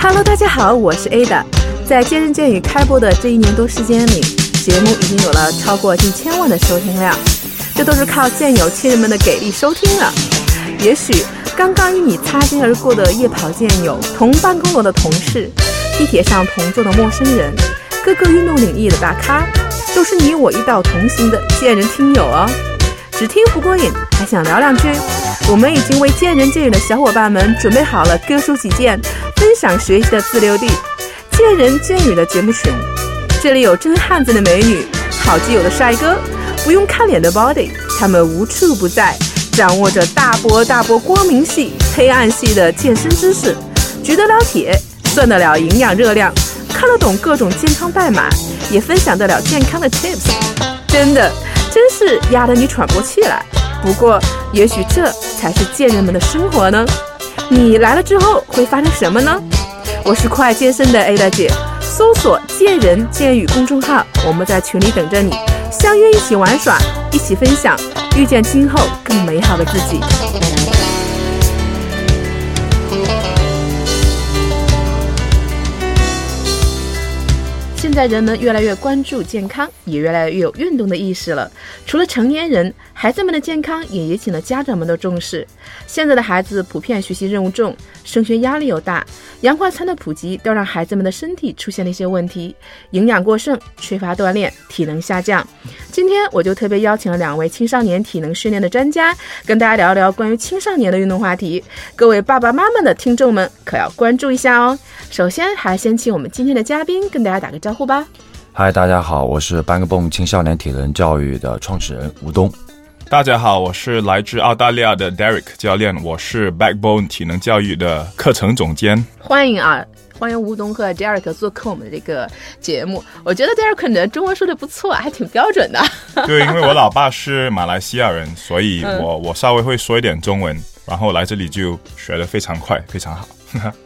Hello，大家好，我是 Ada。在《见人见语》开播的这一年多时间里，节目已经有了超过近千万的收听量，这都是靠见友亲人们的给力收听了。也许刚刚与你擦肩而过的夜跑见友、同办公楼的同事、地铁上同坐的陌生人、各个运动领域的大咖，都是你我一道同行的见人听友哦。只听不过瘾，还想聊两句？我们已经为见人见语的小伙伴们准备好了各抒己见、分享学习的自留地——见人见语的节目群。这里有真汉子的美女，好基友的帅哥，不用看脸的 body，他们无处不在，掌握着大波大波光明系、黑暗系的健身知识，举得了铁，算得了营养热量，看得懂各种健康代码，也分享得了健康的 tips。真的，真是压得你喘不过气来。不过，也许这才是贱人们的生活呢。你来了之后会发生什么呢？我是酷爱健身的 A 大姐，搜索“贱人贱语”公众号，我们在群里等着你，相约一起玩耍，一起分享，遇见今后更美好的自己。现在人们越来越关注健康，也越来越有运动的意识了。除了成年人，孩子们的健康也引起了家长们的重视。现在的孩子普遍学习任务重，升学压力又大，洋快餐的普及都让孩子们的身体出现了一些问题，营养过剩，缺乏锻炼，体能下降。今天我就特别邀请了两位青少年体能训练的专家，跟大家聊一聊关于青少年的运动话题。各位爸爸妈妈的听众们可要关注一下哦。首先，还先请我们今天的嘉宾跟大家打个招呼吧。嗨，大家好，我是班克蹦青少年体能教育的创始人吴东。大家好，我是来自澳大利亚的 Derek 教练，我是 Backbone 体能教育的课程总监。 欢迎啊，欢迎吴东和 Derek 做客我们的这个节目。我觉得 Derek 你的中文说的不错，啊还挺标准的。对，因为我老爸是马来西亚人，所以嗯我我稍微会说一点中文，然后来这里就学得非常快，非常好。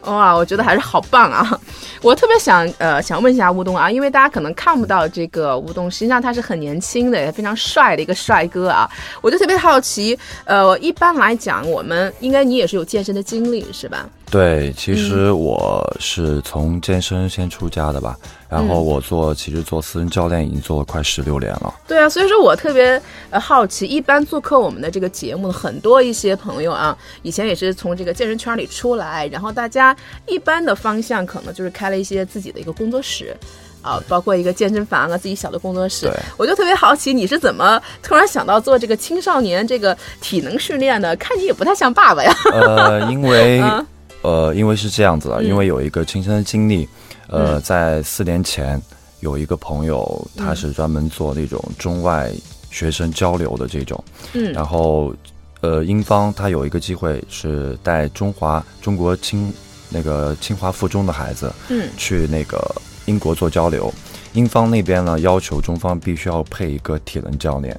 哇，我觉得还是好棒啊！ 我特别想呃想问一下乌冬啊，因为大家可能看不到这个乌冬，实际上他是很年轻的，也非常帅的一个帅哥啊。我就特别好奇，呃，一般来讲，我们应该你也是有健身的经历是吧？对，其实我是从健身先出家的吧，然后我做其实做私人教练已经做了快十六年了。对啊，所以说我特别呃好奇，一般做客我们的这个节目的很多一些朋友啊，以前也是从这个健身圈里出来，然后大家一般的方向可能就是开了一些自己的一个工作室。啊，包括一个健身房啊，自己小的工作室嗯对，我就特别好奇，你是怎么突然想到做这个青少年这个体能训练的？看你也不太像爸爸呀。 呃，因为嗯呃，因为是这样子的，因为有一个亲身的经历，呃，嗯在四年前有一个朋友，他是专门做那种中外学生交流的这种，嗯然后呃，英方他有一个机会是带中华中国清那个清华附中的孩子，嗯去那个英国做交流，英方那边呢要求中方必须要配一个体能教练。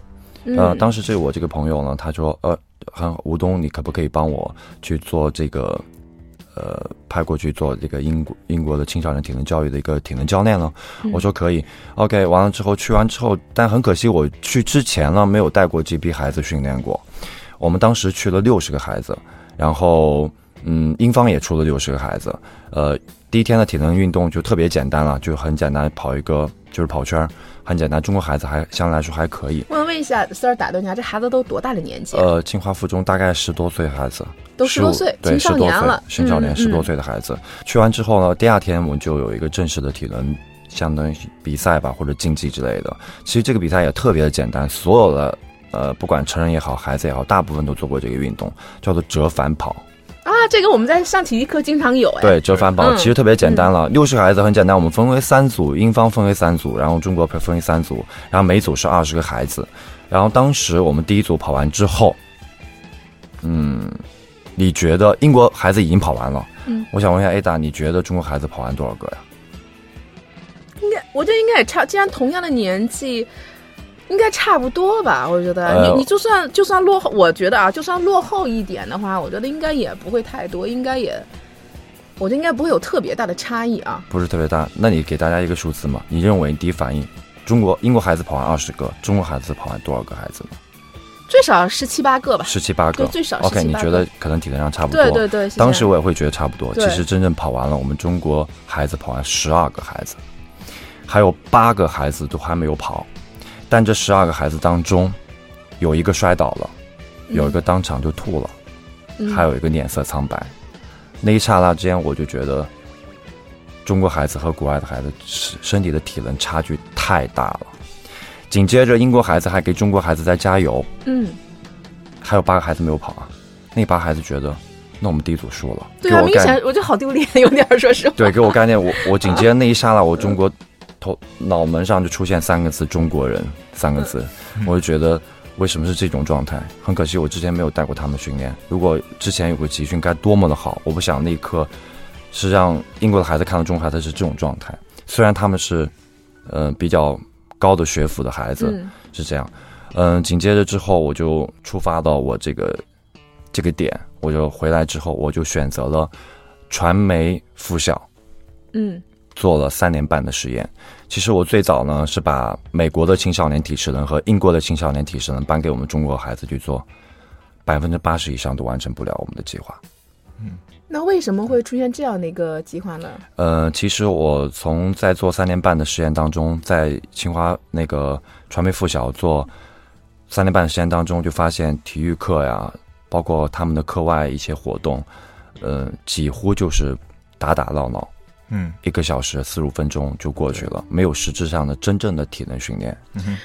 呃，嗯当时这我这个朋友呢，他说，呃，很吴东，你可不可以帮我去做这个，呃，派过去做这个英国英国的青少年体能教育的一个体能教练呢？我说可以。OK，完了之后去完之后，但很可惜我去之前呢没有带过这批孩子训练过。我们当时去了六十个孩子，然后嗯，英方也出了六十个孩子。呃，第一天的体能运动就特别简单了，就很简单，跑一个就是跑圈儿，很简单。中国孩子还相对来说还可以。我想问一下，虽然打断一下，这孩子都多大的年纪啊？呃，清华附中大概十多岁孩子，都15 15岁对，青十少多年岁了，青少嗯年十多嗯岁的孩子。去完之后呢，第二天我们就有一个正式的体能，相当于比赛吧，或者竞技之类的。其实这个比赛也特别的简单，所有的呃，不管成人也好，孩子也好，大部分都做过这个运动，叫做折返跑。啊，这个我们在上体育课经常有哎。对，折返跑嗯其实特别简单了。六十个孩子很简单，我们分为三组，英方分为三组，然后中国分为三组，然后每组是二十个孩子。然后当时我们第一组跑完之后，嗯，你觉得英国孩子已经跑完了？嗯，我想问一下 Ada，你觉得中国孩子跑完多少个呀？应该我觉得应该也差，既然同样的年纪，应该差不多吧。我觉得、呃你你就算就算落后，我觉得啊，就算落后一点的话，我觉得应该也不会太多，应该也，我觉得应该不会有特别大的差异啊。不是特别大。那你给大家一个数字嘛？你认为你第一反应，中国英国孩子跑完二十个，中国孩子跑完多少个孩子呢？最少十七八个吧。十七八个对，最少 OK， 17-18你个觉得可能体能上差不多？对对对，是这样当时我也会觉得差不多。对其实真正跑完了，我们中国孩子跑完十二个孩子，还有八个孩子都还没有跑，但这十二个孩子当中，有一个摔倒了，有一个当场就吐了，嗯还有一个脸色苍白。那一刹那之间，我就觉得中国孩子和国外的孩子身身体的体能差距太大了。紧接着，英国孩子还给中国孩子在加油，嗯，还有八个孩子没有跑啊。那八个孩子觉得，那我们第一组输了，对给啊，我明概念显我就好丢脸，有点儿说实 话。对，给我概念，我我紧接着那一刹那，我中国头脑门上就出现三个字“中国人”三个字，嗯我就觉得为什么是这种状态？很可惜，我之前没有带过他们训练。如果之前有个集训，该多么的好！我不想那一刻是让英国的孩子看到中国孩子是这种状态。虽然他们是呃比较高的学府的孩子，嗯是这样。嗯，紧接着之后我就出发到我这个这个点，我就回来之后我就选择了传媒附小。嗯做了三年半的实验。其实我最早呢是把美国的青少年体适能和英国的青少年体适能搬给我们中国孩子去做，百分之八十以上都完成不了我们的计划。那为什么会出现这样的一个计划呢？呃，其实我从在做三年半的实验当中，在清华那个传媒附小做三年半的实验当中，就发现体育课呀，包括他们的课外一些活动，呃，几乎就是打打闹闹，嗯，一个小时四十五分钟就过去了，没有实质上的真正的体能训练。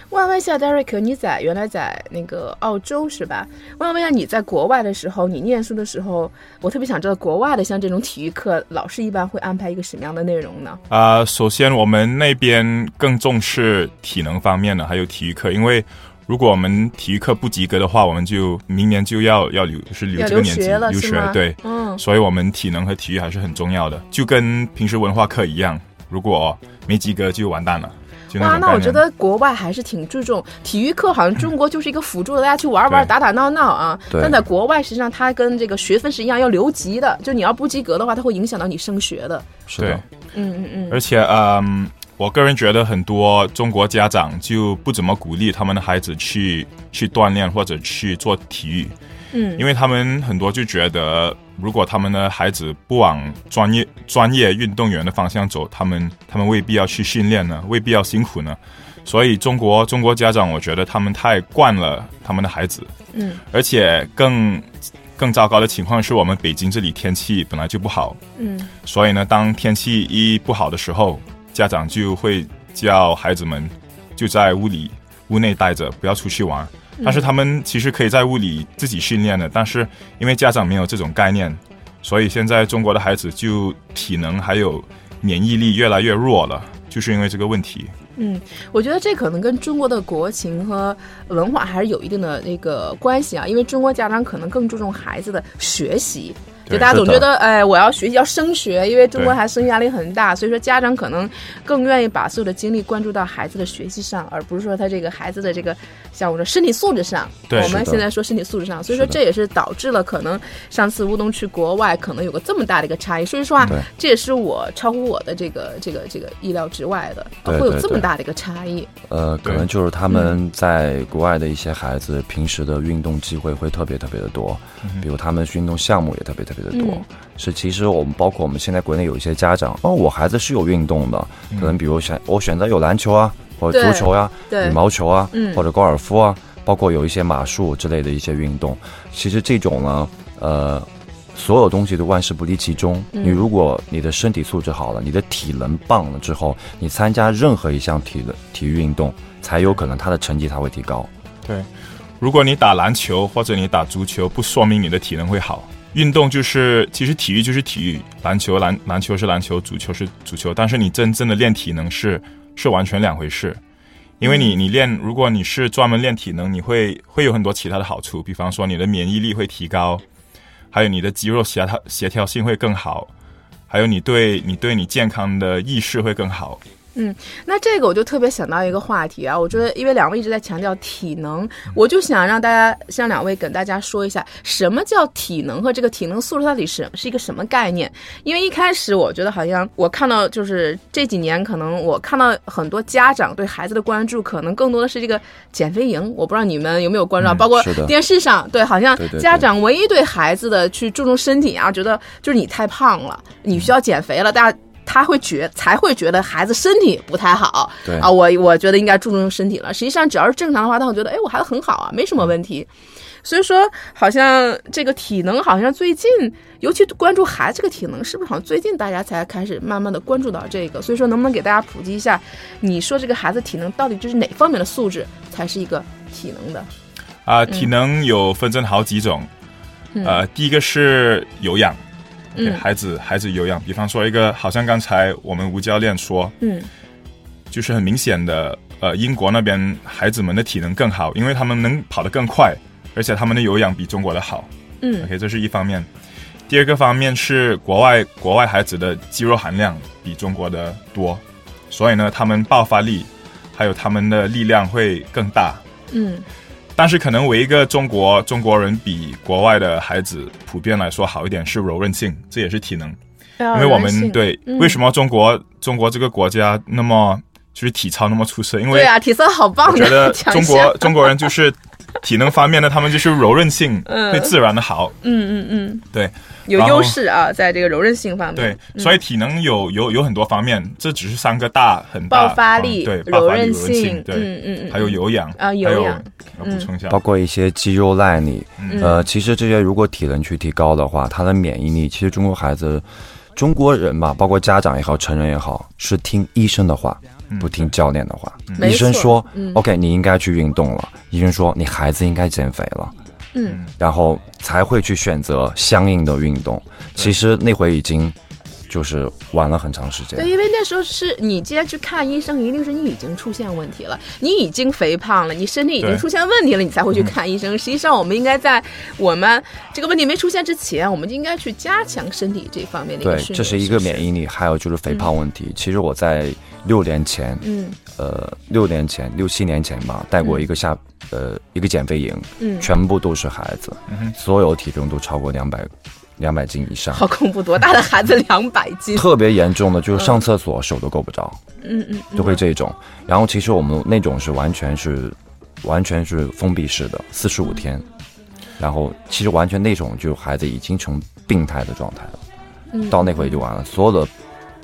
我想问一下，Derek，你在原来在那个澳洲是吧？我想问一下，你在国外的时候，你念书的时候，我特别想知道国外的像这种体育课，老师一般会安排一个什么样的内容呢？啊、首先我们那边更重视体能方面的，还有体育课，因为如果我们体育课不及格的话，我们就明年就要要留是留要这留个年级学了留是吗？对，嗯所以我们体能和体育还是很重要的，就跟平时文化课一样，如果没及格就完蛋了。就哇，种那概我念觉得国外还是挺注重体育课，好像中国就是一个辅助的，大家去玩玩、对打打闹闹啊。对但在国外，实际上它跟这个学分是一样，要留级的。就你要不及格的话，它会影响到你升学的。是对的，，嗯嗯嗯，而且嗯，我个人觉得很多中国家长就不怎么鼓励他们的孩子去去锻炼或者去做体育，嗯因为他们很多就觉得，如果他们的孩子不往专业专业运动员的方向走，他们他们未必要去训练呢，未必要辛苦呢。所以中国中国家长，我觉得他们太惯了他们的孩子，嗯，而且更更糟糕的情况是我们北京这里天气本来就不好，嗯，所以呢，当天气一不好的时候，家长就会叫孩子们就在屋里屋内待着，不要出去玩。但是他们其实可以在屋里自己训练的，但是因为家长没有这种概念，所以现在中国的孩子就体能还有免疫力越来越弱了，就是因为这个问题。我觉得这可能跟中国的国情和文化还是有一定的那个关系啊，因为中国家长可能更注重孩子的学习。就对大家总是觉的得，哎，我要学习，要升学，因为中国对还升学压力很大，所以说家长可能更愿意把所有的精力关注到孩子的学习上，而不是说他这个孩子的这个，像我说身体素质上。对我们是的现在说身体素质上，所以说是的这也是导致了可能上次乌冬去国外可能有个这么大的一个差异。所以说啊对，这也是我超乎我的这个这个这个意料之外的，对会有对这么对大的一个差异。呃，可对能就是他们在国外的一些孩子，平时的运动机会会特别特别的多，嗯嗯比如他们运动项目也特别特别的多。嗯是，其实我们包括我们现在国内有一些家长，哦，我孩子是有运动的，可能比如选我选择有篮球啊，或者嗯对足球呀、对羽毛球啊，嗯或者高尔夫啊，包括有一些马术之类的一些运动。其实这种呢，呃。所有东西都万事不离其中。嗯你如果你的身体素质好了，你的体能棒了之后，你参加任何一项体的体育运动，才有可能他的成绩才会提高。对，如果你打篮球或者你打足球，不说明你的体能会好。运动就是，其实体育就是体育，篮球篮篮球是篮球，足球是足球，但是你真正的练体能是是完全两回事。因为你你练，如果你是专门练体能，你会会有很多其他的好处，比方说你的免疫力会提高，还有你的肌肉协调协调性会更好，还有你对你对你健康的意识会更好。那这个我就特别想到一个话题啊，我觉得因为两位一直在强调体能，嗯我就想让大家向两位跟大家说一下，什么叫体能和这个体能素质到底是是一个什么概念？因为一开始我觉得好像我看到就是这几年可能我看到很多家长对孩子的关注，可能更多的是这个减肥营，我不知道你们有没有关注啊，嗯包括是的电视上对，好像对对对家长唯一对孩子的去注重身体啊，觉得就是你太胖了，你需要减肥了，大家。他会觉才会觉得孩子身体不太好，对啊，我我觉得应该注重身体了。实际上，只要是正常的话，他会觉得，哎，我孩子很好啊，没什么问题。所以说，好像这个体能，好像最近，尤其关注孩子这个体能，是不是好像最近大家才开始慢慢的关注到这个？所以说，能不能给大家普及一下，你说这个孩子体能到底就是哪方面的素质才是一个体能的？啊、体能有分成好几种，呃，第一个是有氧，给嗯孩子孩子有氧，比方说一个，好像刚才我们吴教练说，嗯就是很明显的，呃，英国那边孩子们的体能更好，因为他们能跑得更快，而且他们的有氧比中国的好。嗯 OK，这是一方面。第二个方面是国外国外孩子的肌肉含量比中国的多，所以呢，他们爆发力还有他们的力量会更大。嗯但是可能我一个中国中国人比国外的孩子普遍来说好一点是柔韧性，这也是体能。嗯，哎因为我们对、嗯为什么中国中国这个国家那么就是体操那么出色？因对为啊，体操好棒我的， 觉得强中项国中国人就是体能方面呢，他们就是柔韧性嗯会自然的好。嗯嗯嗯，对有然后优势啊，在这个柔韧性方面，对，嗯所以体能有有有很多方面，这只是三个大很大爆发力、嗯对爆柔发力、韧柔韧性，对，嗯嗯嗯，还有有氧啊有还有氧我补充一下，包括一些肌肉耐力，嗯呃，其实这些如果体能去提高的话，他的免疫力，其实中国孩子、中国人嘛，包括家长也好，成人也好，是听医生的话，不听教练的话。没医生错说、嗯 o k 你应该去运动了；医生说你孩子应该减肥了。嗯，然后才会去选择相应的运动。其实那回已经就是玩了很长时间对，。因为那时候是你既然去看医生，一定是你已经出现问题了，你已经肥胖了，你身体已经对出现问题了，你才会去看医生。实际上，我们应该在我们这个问题没出现之前，我们就应该去加强身体这方面的一个嗯对，训练。这是一个不免疫力，还有就是肥胖问题。其实我在六年前，嗯呃，六年前、六七年前吧，带过一个下、呃一个减肥营，嗯，全部都是孩子，哼所有体重都超过两百两百斤以上。好恐怖，多大的孩子两百斤？特别严重的就是上厕所手都够不着，嗯嗯嗯，就会这种。然后其实我们那种是完全是，完全是封闭式的，四十五天。然后其实完全那种就孩子已经成病态的状态了，嗯到那会就完了。所有的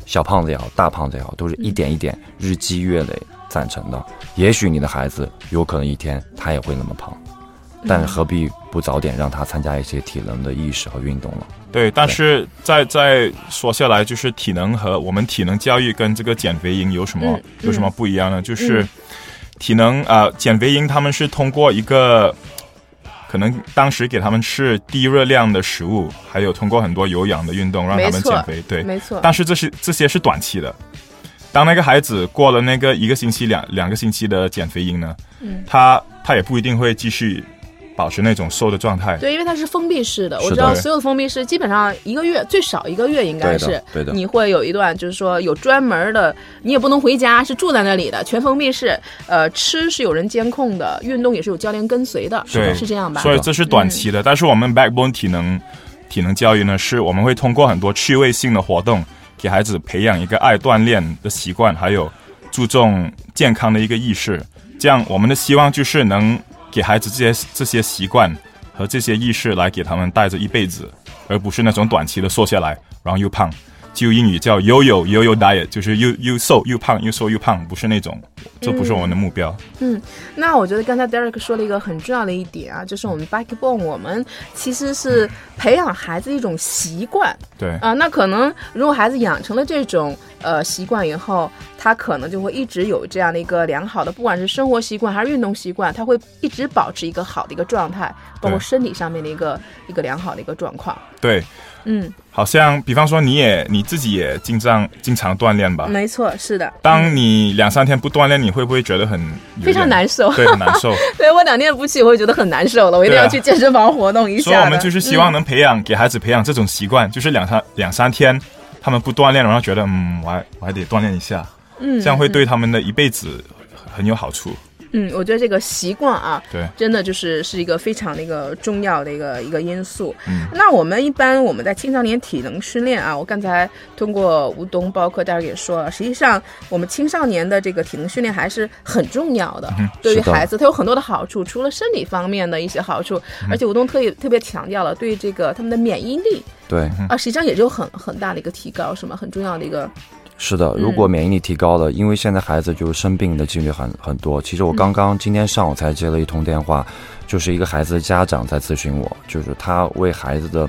小胖子也好，大胖子也好，都是嗯一点一点日积月累攒成的。也许你的孩子有可能一天他也会那么胖，但是何必不早点让他参加一些体能的意识和运动呢？对，但是再再说下来，就是体能和我们体能教育跟这个减肥营有什么、嗯有什么不一样呢？就是嗯体能啊、呃减肥营他们是通过一个可能当时给他们吃低热量的食物，还有通过很多有氧的运动让他没们错减肥。对，没错，但是这些这些是短期的。当那个孩子过了那个一个星期、两两个星期的减肥营呢，嗯他他也不一定会继续保持那种瘦的状态。对，因为它是封闭式的，我是知的道所有的封闭式基本上一个月最少一个月应该对的是，对的你会有一段就是说有专门的，你也不能回家，是住在那里的，全封闭式，呃，吃是有人监控的，运动也是有教练跟随的，对是这样吧？所以这是短期的。但是我们 backbone 体能体能教育呢，是我们会通过很多趣味性的活动，给孩子培养一个爱锻炼的习惯，还有注重健康的一个意识。这样，我们的希望就是能给孩子这些这些习惯和这些意识来给他们带着一辈子，而不是那种短期的瘦下来然后又胖。就英语叫 “yo-yo yo-yo diet”，就是又又瘦又胖，又瘦又胖，不是那种，这不是我们的目标。那我觉得刚才 Derek 说了一个很重要的一点啊，就是我们 backbone，我们其实是培养孩子一种习惯，对，啊、那可能如果孩子养成了这种呃习惯以后，他可能就会一直有这样的一个良好的，不管是生活习惯还是运动习惯，他会一直保持一个好的一个状态，包括对身体上面的一个一个良好的一个状况。对，嗯，好像比方说你也你自己也经常经常锻炼吧？没错，是的，当你两三天不锻炼，你会不会觉得很有非常点难受。对，很难 受。对我两天不去，我会觉得很难受了，我一定对啊要去健身房活动一下所以的。我们就是希望能培养、给孩子培养这种习惯，就是两三两三天他们不锻炼，然后觉得嗯，我还我还得锻炼一下，嗯，这样会对他们的一辈子很有好处。嗯，我觉得这个习惯啊，对，真的就是是一个非常那个重要的一个一个因素。嗯那我们一般我们在青少年体能训练啊，我刚才通过吴东包括大家也说了，实际上我们青少年的这个体能训练还是很重要的，对于嗯是的孩子它有很多的好处，除了身体方面的一些好处，嗯而且吴东特意特别强调了对这个他们的免疫力对，啊，实际上也是有很很大的一个提高，是吗？很重要的一个，是嗯的，如果免疫力提高了，因为现在孩子就是生病的几率很很多。其实我刚刚今天上午才接了一通电话，就是一个孩子的家长在咨询我，就是他为孩子的，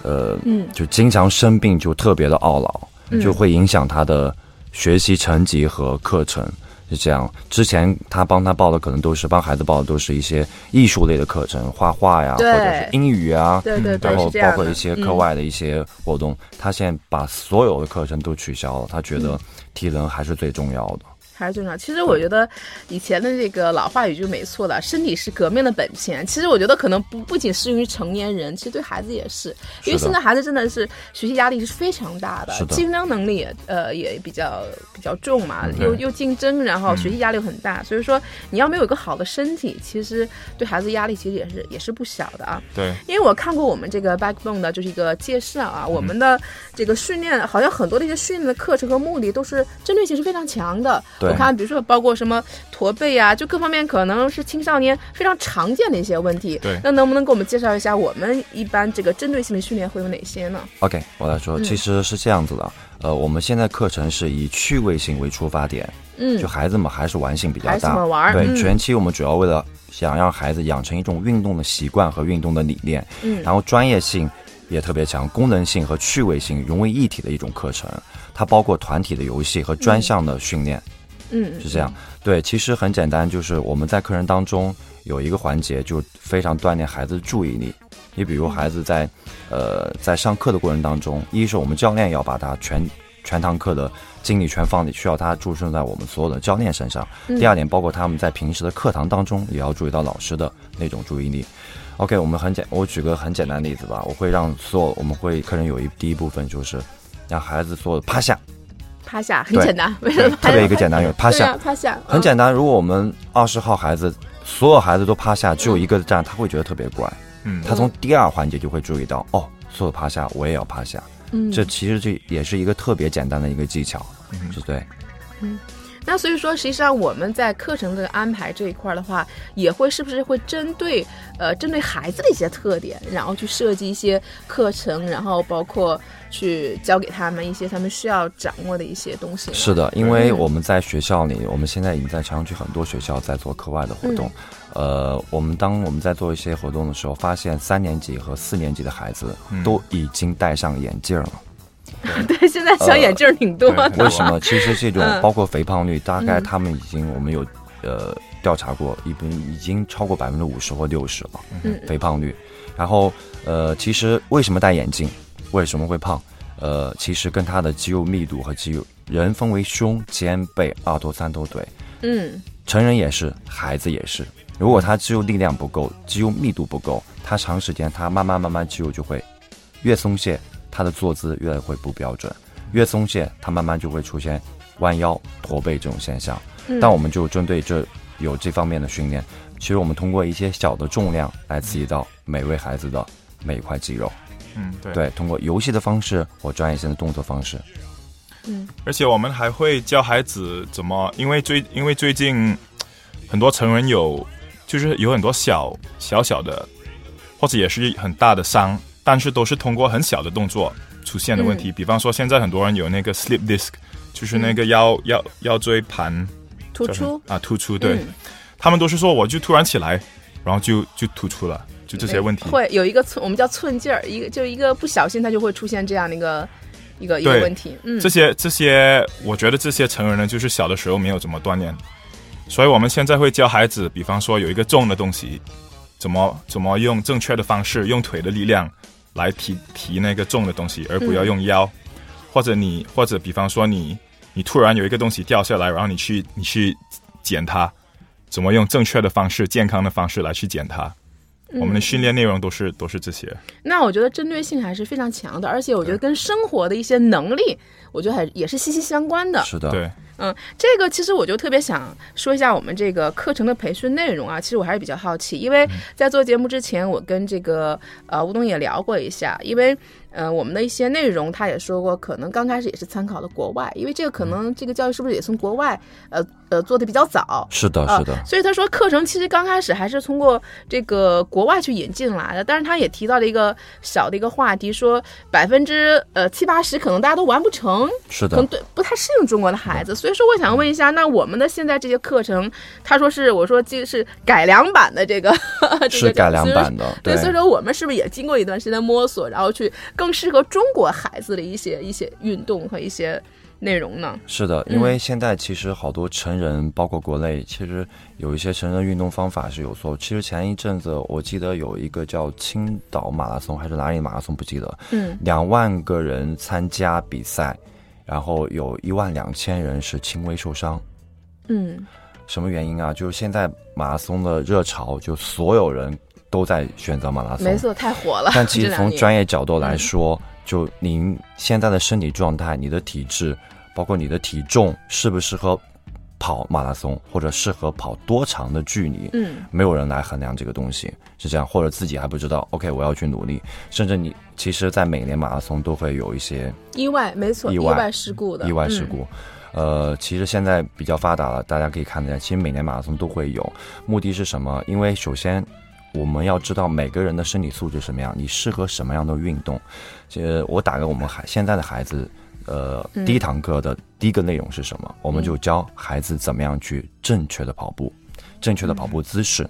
呃，嗯就经常生病就特别的懊恼，就会影响他的学习成绩和课程。是这样，之前他帮他报的可能都是帮孩子报的都是一些艺术类的课程，画画呀，或对者是英语啊，对对对，然后是这包样括的嗯一些课外的一些活动，他现在把所有的课程都取消了，他觉嗯得体能还是最重要的。还是正常。其实我觉得以前的这个老话语就没错了，身体是革命的本钱。其实我觉得可能不不仅适用于成年人，其实对孩子也是，因为是的现在孩子真的是学习压力是非常大的，是的竞争能力也呃也比较比较重嘛，对又又竞争，然后学习压力又很大，所以说你要没有一个好的身体，其实对孩子压力其实也是也是不小的啊。对，因为我看过我们这个 Backbone 的，就是一个介绍嗯啊，我们的这个训练好像很多的一些训练的课程和目的都是针对性是非常强的。对我看比如说包括什么驼背啊，就各方面可能是青少年非常常见的一些问题。对那能不能给我们介绍一下我们一般这个针对性的训练会有哪些呢？ OK，我来说，嗯其实是这样子的，呃，我们现在课程是以趣味性为出发点，嗯就孩子们还是玩性比较还是大，喜欢玩儿对，嗯全期我们主要为了想让孩子养成一种运动的习惯和运动的理念，嗯然后专业性也特别强，功能性和趣味性融为一体的一种课程，它包括团体的游戏和专项的训练。嗯是这样，对，其实很简单，就是我们在课程当中有一个环节，就非常锻炼孩子的注意力。你比如孩子在，呃，在上课的过程当中，一是我们教练要把他全全堂课的精力全放进，需要他注重在我们所有的教练身上。第二点，包括他们在平时的课堂当中，也要注意到老师的那种注意力。OK，我们很简，我举个很简单的例子吧，我会让所有我们会课程有一第一部分就是让孩子所有趴下，趴下很对简单，为什么特别一个简单有趴趴下。啊趴下嗯很简单，如果我们二十号孩子所有孩子都趴下，只有一个站，他会觉得特别怪。嗯，他从第二环节就会注意到，哦，所有趴下，我也要趴下。嗯这其实这也是一个特别简单的一个技巧，是对。那所以说，实际上我们在课程这个安排这一块儿的话，也会是不是会针对呃针对孩子的一些特点，然后去设计一些课程，然后包括去教给他们一些他们需要掌握的一些东西。是的，因为我们在学校里，我们现在已经在朝阳区很多学校在做课外的活动。呃，我们当我们在做一些活动的时候，发现三年级和四年级的孩子都已经戴上眼镜了。对，现在小眼镜儿挺多的。对为什 么？其实这种嗯包括肥胖率，大概他们已经我们有呃调查过，已经已经超过百分之五十或六十了，嗯肥胖率。然后呃，其实为什么戴眼镜？为什么会胖？呃，其实跟他的肌肉密度和肌肉，人分为胸、肩、背、二头、三头腿，嗯成人也是，孩子也是。如果他肌肉力量不够，肌肉密度不够，他长时间他慢慢慢慢肌肉就会越松懈，他的坐姿越来会不标准，越松懈，他慢慢就会出现弯腰、驼背这种现象。嗯但我们就针对这有这方面的训练，其实我们通过一些小的重量来刺激到每位孩子的每一块肌肉。嗯，对。对，通过游戏的方式或专业性的动作方式，而且我们还会教孩子怎么，因为最因为最近很多成人有，就是有很多小小小的，或者也是很大的伤，但是都是通过很小的动作出现的问嗯题。比方说，现在很多人有那个 slip disc，就是那个腰、腰腰椎盘嗯突叫什么出。啊突出，对、嗯他们都是说我就突然起来，然后就就突出了，就这些问题。会有一个寸，我们叫寸劲儿，一个就一个不小心，它就会出现这样的一个一个一个对问题。嗯这，些这些，我觉得这些成人呢，就是小的时候没有怎么锻炼，所以我们现在会教孩子，比方说有一个重的东西，怎么怎么用正确的方式，用腿的力量来提提那个重的东西，而不要用腰，或者你或者比方说你你突然有一个东西掉下来，然后你去你去捡它，怎么用正确的方式、健康的方式来去捡它。我们的训练内容都是都是这些，那我觉得针对性还是非常强的，而且我觉得跟生活的一些能力，我觉得还也是息息相关的。是的，对，嗯，这个其实我就特别想说一下我们这个课程的培训内容啊。其实我还是比较好奇，因为在做节目之前，我跟这个呃吴东也聊过一下，因为呃我们的一些内容，他也说过，可能刚开始也是参考了国外，因为这个可能这个教育是不是也从国外呃呃做的比较早，是的，啊是的，所以他说课程其实刚开始还是通过这个国外去引进来的，但是他也提到了一个小的一个话题，说百分之呃七八十可能大家都完不成，是可能的，对不太适应中国的孩子，所以说我想问一下，那我们的现在这些课程，他说是我说这是改良版的这个， 这是个改良。这个版的，对，所以说我们是不是也经过一段时间摸索，然后去更适合中国孩子的一些一些运动和一些内容呢？是的，因为现在其实好多成人，包括国内，其实有一些成人运动方法是有错。其实前一阵子我记得有一个叫青岛马拉松还是哪里马拉松，不记得，嗯，两万个人参加比赛，然后有一万两千人是轻微受伤。嗯什么原因啊？就是现在马拉松的热潮，就所有人都在选择马拉松，没错，太火 了。啊但其这实两嗯从年专业角度来说，就您现在的身体状态、你的体质，包括你的体重，适不适合跑马拉松，或者适合跑多长的距离，嗯没有人来衡量这个东西，是这样，或者自己还不知道。OK，我要去努力，甚至你其实，在每年马拉松都会有一些意外，没错，意意外事故的意外事嗯故。呃，其实现在比较发达了，大家可以看得见，其实每年马拉松都会有。目的是什么？因为首先我们要知道每个人的身体素质什么样，你适合什么样的运动。这我打给我们孩现在的孩子，呃，嗯第一堂课的第一个内容是什么？我们就教孩子怎么样去正确的跑步，正确的跑步姿势。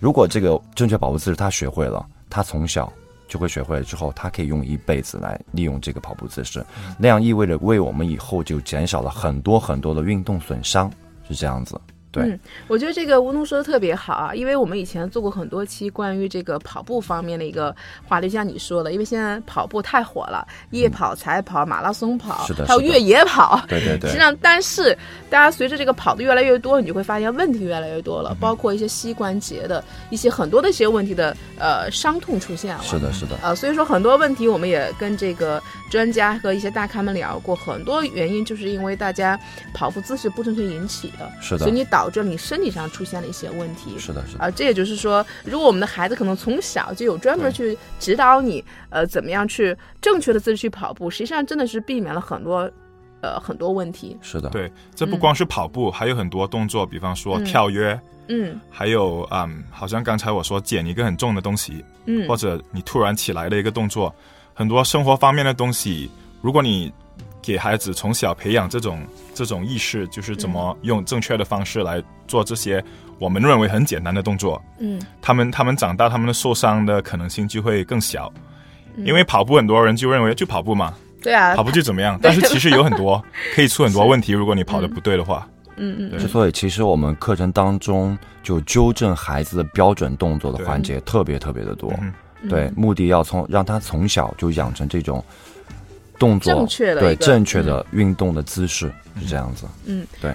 如果这个正确跑步姿势他学会了，他从小就会学会了之后，他可以用一辈子来利用这个跑步姿势，那样意味着为我们以后就减少了很多很多的运动损伤，是这样子。对，嗯我觉得这个吴东说的特别好啊，因为我们以前做过很多期关于这个跑步方面的一个话题，就像你说的，因为现在跑步太火了，夜跑、彩跑、马拉松跑，是的还有是的越野跑。 对对实际对，上，但是大家随着这个跑得越来越多，你就会发现问题越来越多嗯了，包括一些膝关节的一些很多的一些问题的呃伤痛出现了。是的，是的，呃，所以说很多问题我们也跟这个专家和一些大咖们聊过，很多原因就是因为大家跑步姿势不正确引起的，是的所以你导致了你身体上出现了一些问题。是的，是的。啊、这也就是说，如果我们的孩子可能从小就有专门去指导你，呃，怎么样去正确的姿势去跑步，实际上真的是避免了很多，呃，很多问题。是的，对，这不光是跑步，还有很多动作，比方说跳跃，嗯还有嗯，好像刚才我说捡一个很重的东西，嗯或者你突然起来的一个动作，很多生活方面的东西，如果你给孩子从小培养这种这种意识，就是怎么嗯用正确的方式来做这些我们认为很简单的动作，嗯他们他们长大，他们的受伤的可能性就会更小。嗯因为跑步，很多人就认为就跑步嘛，对啊跑，步就怎 么样，但是其实有很多可以出很多问题，如果你跑得不对的话。嗯嗯对之所以其实我们课程当中就纠正孩子的标准动作的环节特别特别的多，嗯嗯，对，目的要从让他从小就养成这种动作正确的一对个嗯正确的运动的姿势是这样子。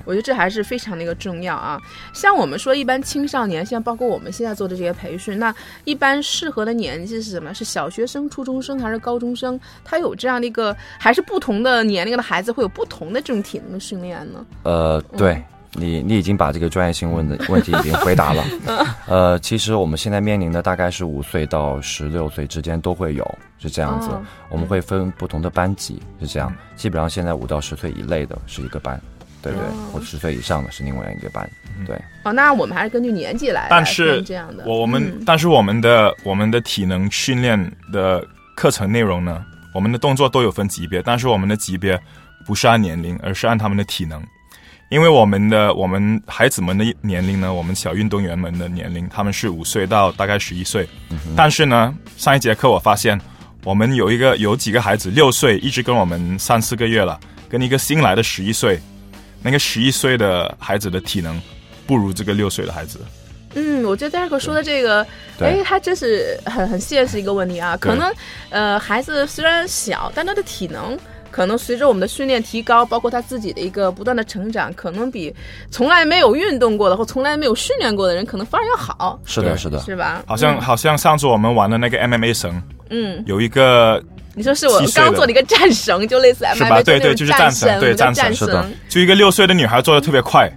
我觉得这还是非常的一个重要啊。像我们说，一般青少年，像包括我们现在做的这些培训，那一般适合的年纪是什么？是小学生、初中生还是高中生？他有这样的一个，还是不同的年龄的孩子会有不同的这种体能的训练呢？呃，对嗯你，你已经把这个专业性问的问题已经回答 了。嗯呃，其实我们现在面临的大概是五岁到十六岁之间都会有，是这样子。哦嗯我们会分不同的班级，是这样。基本上现在五到十岁以内的是一个班，对对，哦或十岁以上的是另外一个班，对。哦，那我们还是根据年纪来，但是来分这样的，我我们、嗯但是我们的我们的体能训练的课程内容呢，我们的动作都有分级别，但是我们的级别不是按年龄，而是按他们的体能。因为我们的我们孩子们的年龄呢，我们小运动员们的年龄，他们是五岁到大概十一岁。但是呢，上一节课我发现，我们有一个有几个孩子六岁，一直跟我们三四个月了，跟一个新来的十一岁，那个十一岁的孩子的体能不如这个六岁的孩子。嗯，我觉得戴尔哥说的这个，对哎，他真是很很现实一个问题啊。对可能呃，孩子虽然小，但他的体能可能随着我们的训练提高，包括他自己的一个不断的成长，可能比从来没有运动过的或从来没有训练过的人，可能反而要好，是的，对是的，是吧？好像好像上次我们玩的那个 MMA 绳，嗯嗯有一个你说是我七岁的刚做了一个战神，就类似 M 是 I 吧？ V 对对，就是战神，我对们叫神战是的就一个六岁的女孩做的特别快，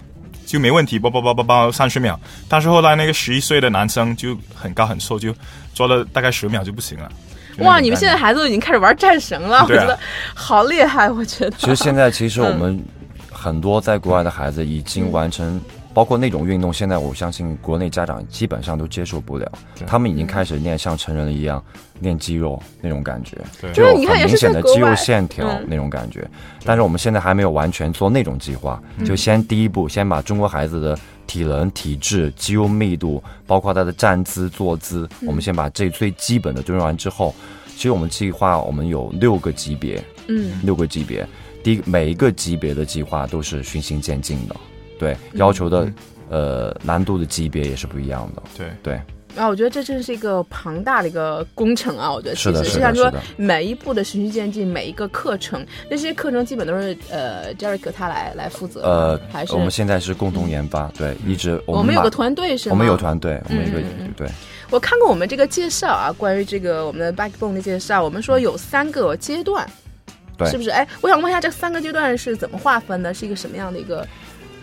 就没问题，叭叭叭叭叭三十秒。但是后来那个十一岁的男生就很高很瘦，就做了大概十秒就不行了。就那种哇，你们感现觉在孩子都已经开始玩战神了，我嗯对啊觉得好厉害，我觉 得。其实现在其实我们很多在国外的孩子已经完成，包括那种运动，现在我相信国内家长基本上都接受不了，他们已经开始练像成人一样练肌肉那种感觉，对就对有你看很也是明显的在国肌肉外线条嗯那种感觉。但是我们现在还没有完全做那种计划，嗯就先第一步，先把中国孩子的体能、体质、肌肉密度，包括他的站姿、坐姿，嗯我们先把这最基本的锻炼完之后，其实我们计划我们有六个级别，嗯，六个级别，第一每一个级别的计划都是循序渐进的，对，要求的、嗯呃难度的级别也是不一样的，对对，啊，我觉得这真是一个庞大的一个工程啊！我觉得是的其实是就像的是说的每一步的循序渐进，每一个课程，那些课程基本都是呃 Jerick 他来来负责吗，呃还，是嗯我们现在是共同研发，对，一直我们们有把个团队是吗？我们有团队，我们一个、嗯嗯嗯对，我看过我们这个介绍啊，关于这个我们的 backbone 的介绍，我们说有三个阶段，对是不是？哎，我想问一下，这三个阶段是怎么划分的？是一个什么样的一个？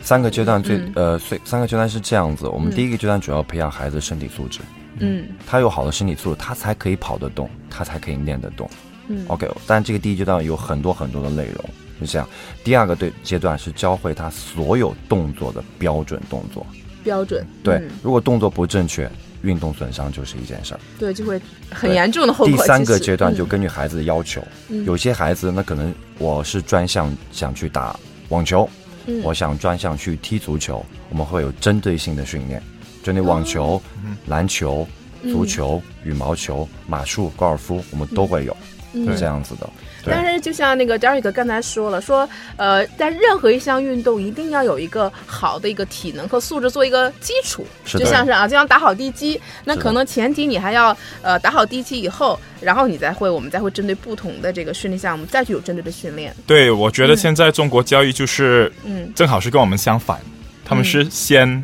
三个阶段最、嗯呃最三个阶段是这样子，我们第一个阶段主要培养孩子身体素质，嗯他有好的身体素质，他才可以跑得动，他才可以练得动。嗯 OK，但这个第一阶段有很多很多的内容，是这样。第二个对阶段是教会他所有动作的标准动作。标准对，嗯如果动作不正确，运动损伤就是一件事儿。对，就会很对严重的后果。第三个其实阶段就嗯根据孩子的要求，嗯有些孩子那可能我是专项想去打网球，嗯我想专项去踢足球，我们会有针对性的训练，针对网球、哦嗯篮球、嗯足球、羽毛球、马术、高尔夫，我们都会有、嗯这样子的。对但是就像那个 Derek 刚才说了，说呃，在任何一项运动一定要有一个好的一个体能和素质做一个基础，是就的像是啊，就像打好地基，那是的可能前提你还要呃打好地基以后，然后你再会我们再会针对不同的这个训练项目再去有针对的训练，对，我觉得现在中国教育就是嗯，正好是跟我们相反，他们是先、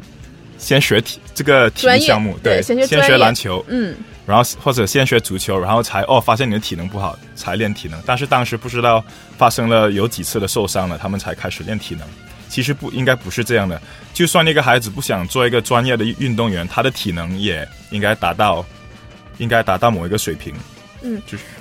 先学体这个体育专业项目，对对，先学先专学业篮球，嗯，然后或者先学足球，然后才哦发现你的体能不好才练体能，但是当时不知道发生了有几次的受伤了，他们才开始练体能。其实不应该不是这样的，就算那个孩子不想做一个专业的运动员，他的体能也应该达到，应该达到某一个水平。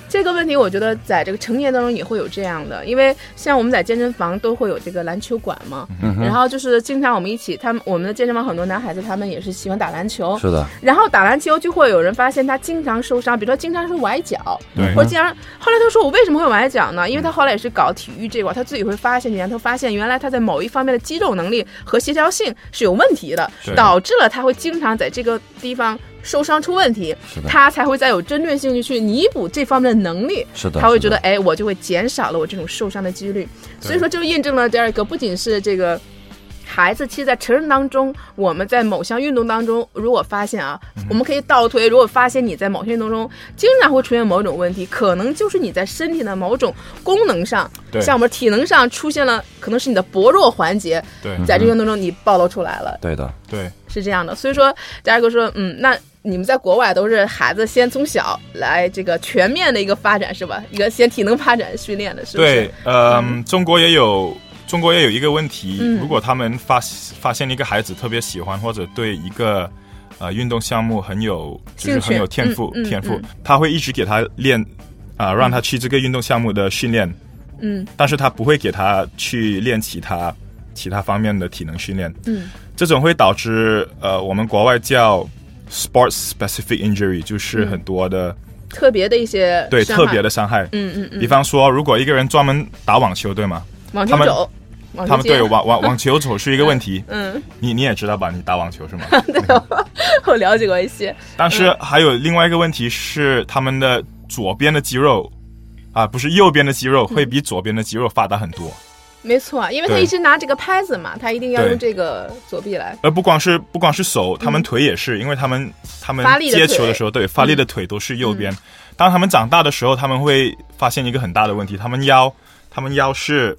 这个问题，我觉得在这个成年当中也会有这样的，因为像我们在健身房都会有这个篮球馆嘛，嗯然后就是经常我们一起，他们我们的健身房很多男孩子他们也是喜欢打篮球，是的，然后打篮球就会有人发现他经常受伤，比如说经常是崴脚，对或者经常。后来他说我为什么会崴脚呢？因为他后来也是搞体育这块，他自己会发现，原来他发现原来他在某一方面的肌肉能力和协调性是有问题的是，导致了他会经常在这个地方受伤出问题是，的他才会再有针对性的去弥补这方面的能力。是的他会是觉的得哎，我就会减少了我这种受伤的几率。所以说，就印证了第二个，不仅是这个。孩子，其实，在成人当中，我们在某项运动当中，如果发现啊，嗯我们可以倒推，如果发现你在某项运动中经常会出现某种问题，可能就是你在身体的某种功能上，对像我们体能上出现了，可能是你的薄弱环节，嗯对在这个运动中你暴露出来了，对的。对，是这样的。所以说，佳瑞哥说，嗯，那你们在国外都是孩子先从小来这个全面的一个发展是吧？一个先体能发展训练的，是不是？对，嗯，中国也有中国也有一个问题，嗯如果他们发发现一个孩子特别喜欢或者对一个呃运动项目很有就是兴趣很有天赋、嗯嗯天赋、嗯他会一直给他练啊、让他去这个运动项目的训练，嗯但是他不会给他去练其他其他方面的体能训练，嗯这种会导致呃我们国外叫 sports specific injury，就是很多的、特别的一些对嗯伤害特别的伤害。嗯嗯嗯，比方说，如果一个人专门打网球，对吗？网他球们肘，网球他们对接网网网球肘是一个问题， 嗯，你你也知道吧？你打网球 是吗？对，我 我了解过一些，但嗯是还有另外一个问题是，他们的左边的肌肉啊，不是右边的肌肉，会比左边的肌肉发达很多。没错啊，因为他对一直拿这个拍子嘛，他一定要对用这个左臂来，而不光是不光是手，他们腿也是，因为他们他们嗯发力的接腿嗯球的时候，对发力的腿都是右边。当他们长大的时候，他们会发现一个很大的问题，他们腰，他们腰是，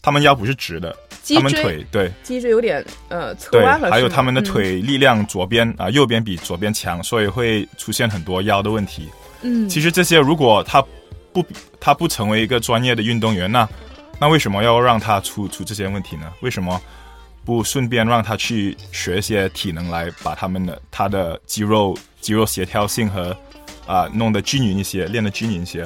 他们腰不是直的，脊他们椎腿对。脊椎有点呃侧对弯了，，还是有吗他们的嗯腿力量左边啊、右边比左边强，所以会出现很多腰的问题。嗯，其实这些如果他不他不成为一个专业的运动员，那那为什么要让他出出这些问题呢？为什么不顺便让他去学一些体能来把他们的他的肌肉肌肉协调性和啊、弄得均匀一些，练得均匀一些？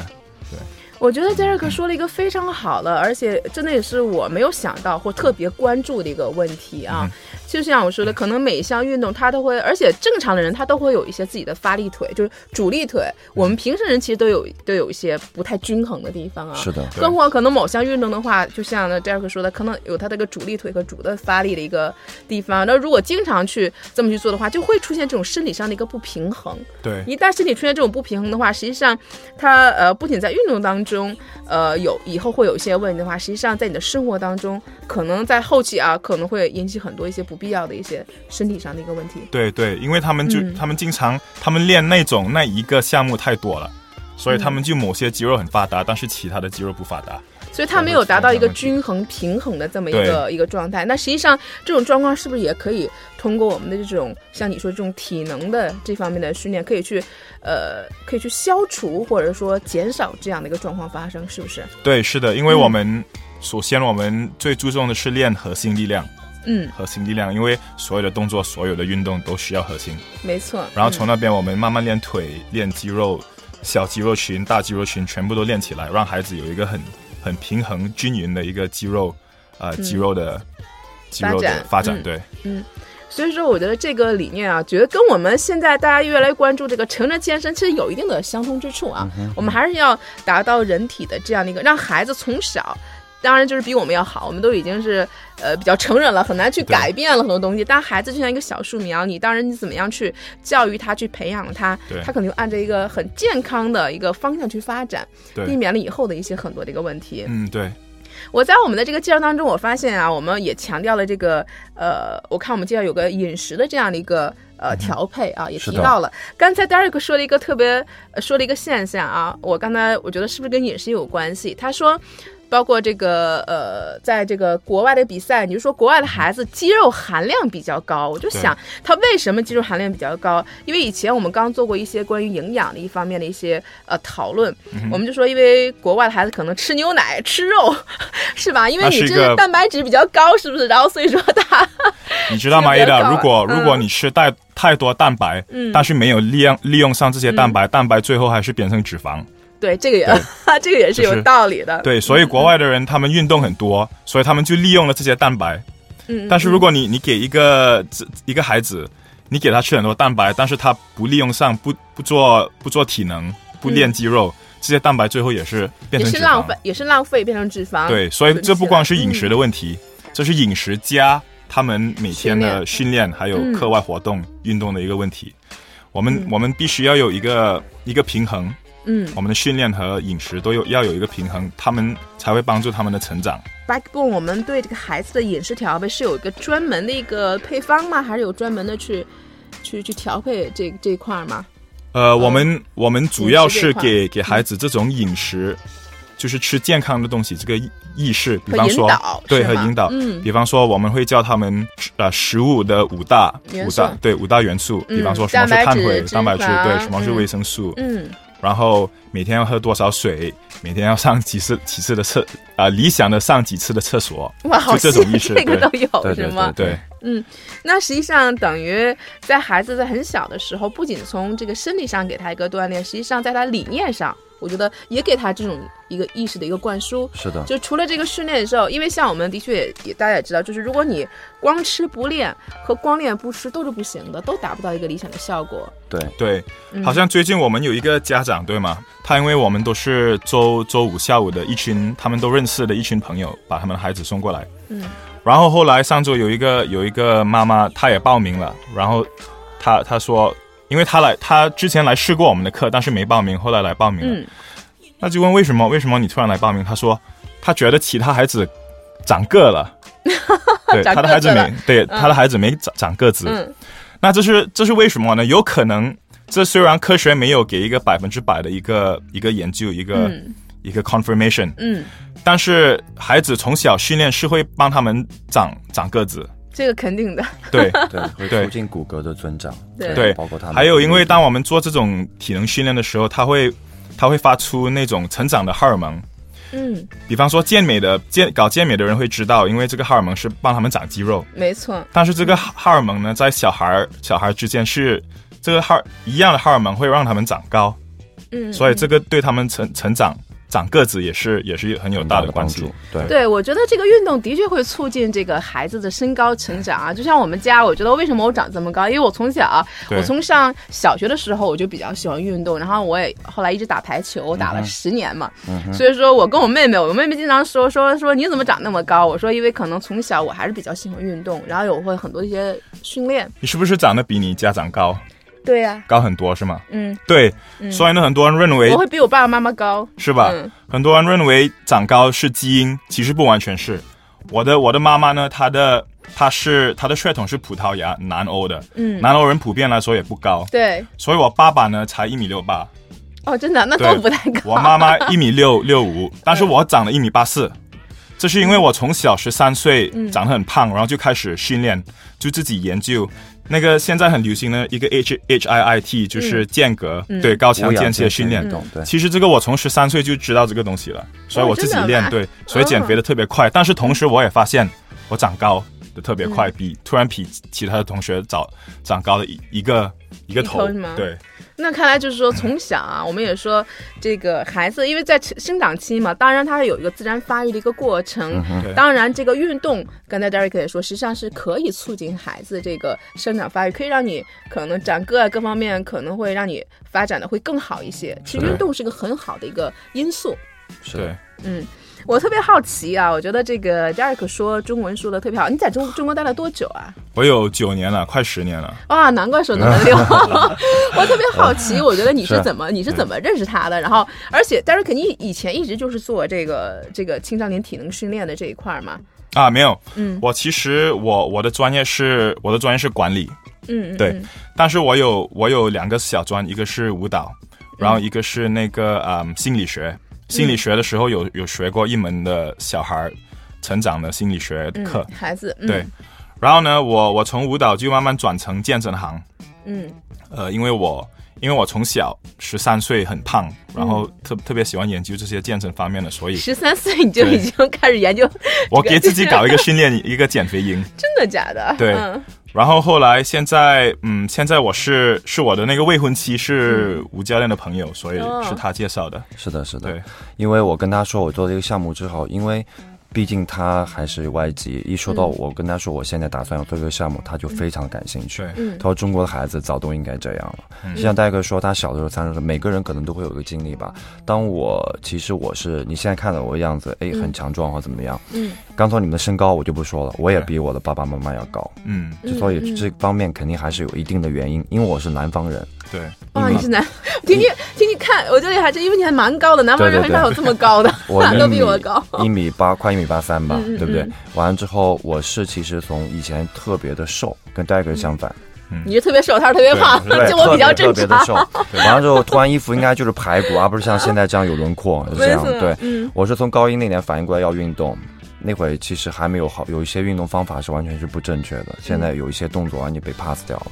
我觉得 Derek 说了一个非常好的，而且真的也是我没有想到或特别关注的一个问题嗯啊。就像我说的，可能每一项运动他都会，而且正常的人他都会有一些自己的发力腿，就是主力腿。我们平常人其实都有都有一些不太均衡的地方啊。是的，更何况可能某项运动的话，就像呢 Derek 说的，可能有他这个主力腿和主的发力的一个地方。啊那如果经常去这么去做的话，就会出现这种身体上的一个不平衡。对，一旦身体出现这种不平衡的话，实际上它呃不仅在运动当中，呃有以后会有一些问题的话，实际上在你的生活当中，可能在后期啊可能会引起很多一些不必要的一些身体上的一个问题。对对，因为他们就、嗯他们经常他们练那种那一个项目太多了，所以嗯他们就某些肌肉很发达，但是其他的肌肉不发达。所以它没有达到一个均衡平衡的这么一个一个状态。那实际上这种状况是不是也可以通过我们的这种像你说这种体能的这方面的训练，可以去呃可以去消除或者说减少这样的一个状况发生，是不是？对，是的，因为嗯我们、首先我们最注重的是练核心力量，嗯，核心力量，因为所有的动作、所有的运动都需要核心。没错。然后嗯从那边我们慢慢练腿、练肌肉，小肌肉群、大肌肉群全部都练起来，让孩子有一个很很平衡、均匀的一个肌肉，呃，肌肉的、肌肉的发发展展。嗯对，所以说，我觉得这个理念啊，觉得跟我们现在大家越来越关注这个成人健身，其实有一定的相通之处啊。嗯我们还是要达到人体的这样的一个，让孩子从小，当然就是比我们要好，我们都已经是呃比较成人了，很难去对改变了很多东西。但孩子就像一个小树苗，你当然你怎么样去教育他，去培养他对，他可能就按照一个很健康的一个方向去发展，对避免了以后的一些很多的一个问题。嗯，对，我在我们的这个介绍当中，我发现啊，我们也强调了这个呃，我看我们介绍有个饮食的这样的一个呃调配啊，也嗯是提的到了。刚才 Derek 说了一个特别、呃说了一个现象啊，我刚才我觉得是不是跟饮食有关系？他说。包括这个呃，在这个国外的比赛，你就说国外的孩子肌肉含量比较高，我就对想他为什么肌肉含量比较高？因为以前我们刚做过一些关于营养的一方面的一些呃讨论，嗯我们就说，因为国外的孩子可能吃牛奶、吃肉，是吧？因为那你是一这个蛋白质比较高，是不是？然后所以说他， 你知道吗这个比较，Ada？高如果、嗯如果你吃太太多蛋白，嗯但是没有利用利用上这些蛋白，蛋白最后还是变成脂肪。对这个也 这个也是就有是道理的。对，所以国外的人他们运动很多，所以他们就利用了这些蛋白。嗯，嗯但是如果你你给一个这一个孩子，你给他吃很多蛋白，但是他不利用上，不不做不做体能，不练肌肉，这些蛋白最后也是变嗯也成是脂浪肪费。，也是浪费变成脂肪。对，所以囤这起不光来是饮食的问题，这是饮食加他们每天的嗯训练，还有嗯课外活动、运动的一个问题。我们、我们必须要有一个一个平衡，嗯我们的训练和饮食都有要有一个平衡，他们才会帮助他们的成长。 Backbone，我们对这个孩子的饮食调配是有一个专门的一个配方吗？还是有专门的去去去调配这这一块儿吗？呃，我们我们主要饮食这一是块嗯给给孩子这种饮食，就是吃健康的东西这个意意识，比和方引说导对是和吗引导，嗯比方说我们会教他们呃食物的五大元五素大对五大元素，嗯比方说什么是蛋白碳质水、脂蛋白质，对肪什么是嗯维生素，嗯，然后每天要喝多少水，每天要上几次几次的厕啊、理想的上几次的厕所，哇，好就这细种意识这个对都有对是对吗？对对。那实际上等于在孩子在很小的时候，不仅从这个生理上给他一个锻炼，实际上在他理念上，我觉得也给他这种一个意识的一个灌输。是的，就除了这个训练的时候，因为像我们的确也也大家也知道，就是如果你光吃不练和光练不吃都是不行的，都达不到一个理想的效果。对，对，嗯好像最近我们有一个家长对吗？他因为我们都是周周五下午的一群他们都认识的一群朋友，把他们的孩子送过来。嗯。然后后来上周有一个有一个妈妈，她也报名了，然后她她说，因为她来她之前来试过我们的课，但是没报名，后来来报名了。嗯，那就问为什么为什么你突然来报名？她说她觉得其他孩子长个了， 对，长她的个孩子子了没对、她的孩子没长长个子。嗯，那这是这是为什么呢？有可能，这虽然科学没有给一个百分之百的一个一个研究，一个、嗯一个 confirmation，嗯，但是孩子从小训练是会帮他们长长个子。这个肯定的。 对对，会 对促进骨骼的增长，对对包括他们还有因为当我们做这种体能训练的时候，它会它会发出那种成长的荷尔蒙。嗯，比方说健美的健搞健美的人会知道，因为这个荷尔蒙是帮他们长肌肉。没错，但是这嗯个荷荷尔蒙呢，在小孩儿小孩儿之间是这个荷尔一样的荷尔蒙会让他们长高，嗯，所以这个对他们成成长长个子也是也是很有很大的帮关系助。。对，对，我觉得这个运动的确会促进这个孩子的身高成长啊。就像我们家，我觉得为什么我长这么高，因为我从小啊，对我从上小学的时候我就比较喜欢运动，然后我也后来一直打排嗯球，打了十年嘛。所以说我跟我妹妹，我妹妹经常说说说你怎么长那么高？我说因为可能从小我还是比较喜欢运动，然后有会很多一些训练。你是不是长得比你家长高对呀、高很多是吗？嗯，对，所以呢，很多人认为我会比我爸爸妈妈高。是吧？嗯很多人认为长高是基因，其实不完全是。我的我的妈妈呢，她的她是她的血统是葡萄牙南欧的，嗯南欧人普遍来说也不高，对，所以我爸爸呢才一米六八，哦，真的，那对都不太高。我 妈妈一米六六五，但是我嗯长了一米八四，这是因为我从小十三岁嗯长得很胖，然后就开始训练，就自己研究那个现在很流行的一个 H H I I T，就是嗯间隔、对高强无氧间歇健训身练运。动，对，其实这嗯个我从十三岁就知道这个东西了，所以我自哦己真的练，吗哦对，所以减肥的特别快。但是同时我也发现我长高的特别嗯快，比突然比其他的同学早长高了一一个一个一头头是吗，对，那看来就是说，从小啊，我们也说这个孩子，因为在成生长期嘛，当然他有一个自然发育的一个过程。对当然，这个运动，刚才 Derek 也说，实际上是可以促进孩子这个生长发育，可以让你可能长个啊各方面可能会让你发展的会更好一些。其实是的运动是个很好的一个因素。是对的。。嗯，我特别好奇啊，我觉得这个 Derek 说中文说的特别好。你在中中国待了多久啊？我有九年了，快十年了。哇，啊难怪手那么 溜！ 我特别好奇，我觉得你是嗯是嗯怎么你是怎么认识他的？然后，而且，但是肯定以前一直就是做这个这个青少年体能训练的这一块儿嘛。啊，没有，嗯我其实我我的专业是我的专业是管理，嗯，嗯 对，嗯但是我有我有两个小专，一个是舞蹈，嗯然后一个是那个嗯心理学。心理学的时候有有学过一门的小孩儿成长的心理学嗯课，孩子，嗯对，。然后呢，我我从舞蹈就慢慢转成健身行，嗯呃，因为我因为我从小十三岁很胖，嗯然后特、特别喜欢研究这些健身方面的，所以十三岁你就已经开始研究，我给自己搞一个训练一个减肥营。 真的假的？对嗯然后后来现在，嗯，现在我是是我的那个未婚妻是吴教练的朋友，所以嗯哦是他介绍的。是的，是的对，因为我跟他说我做这个项目之后，因为毕竟他还是外籍，一说到我跟他说我现在打算要做这个项目，他就非常感兴趣。对，嗯嗯他说中国的孩子早都应该这样了。就像戴哥说，他小的时候、三十岁，每个人可能都会有一个经历吧。当我其实我是你现在看到我的样子，哎，很强壮或怎么样。嗯，刚从你们的身高我就不说了，我也比我的爸爸妈妈要高，嗯，就所以这方面肯定还是有一定的原因，因为我是南方人。对，哇，你是南，听你听你看，我觉得还真，因为你还蛮高的，南方人对很对对少有这么高的， 我 一都米比我高。一米八，快一米八三吧，嗯嗯对不对嗯？完了之后，我是其实从以前特别的瘦，跟戴哥相反，你是特别瘦，他是特别对胖， 对，就我比较特正别特别的常。瘦。完了之后，脱完衣服应该就是排骨，而不是像现在这样有轮廓，是这样没错。对，嗯我是从高一那年反应过来要运动。那会其实还没有好，有一些运动方法是完全是不正确的。现嗯在有一些动作完全被 pass 掉了。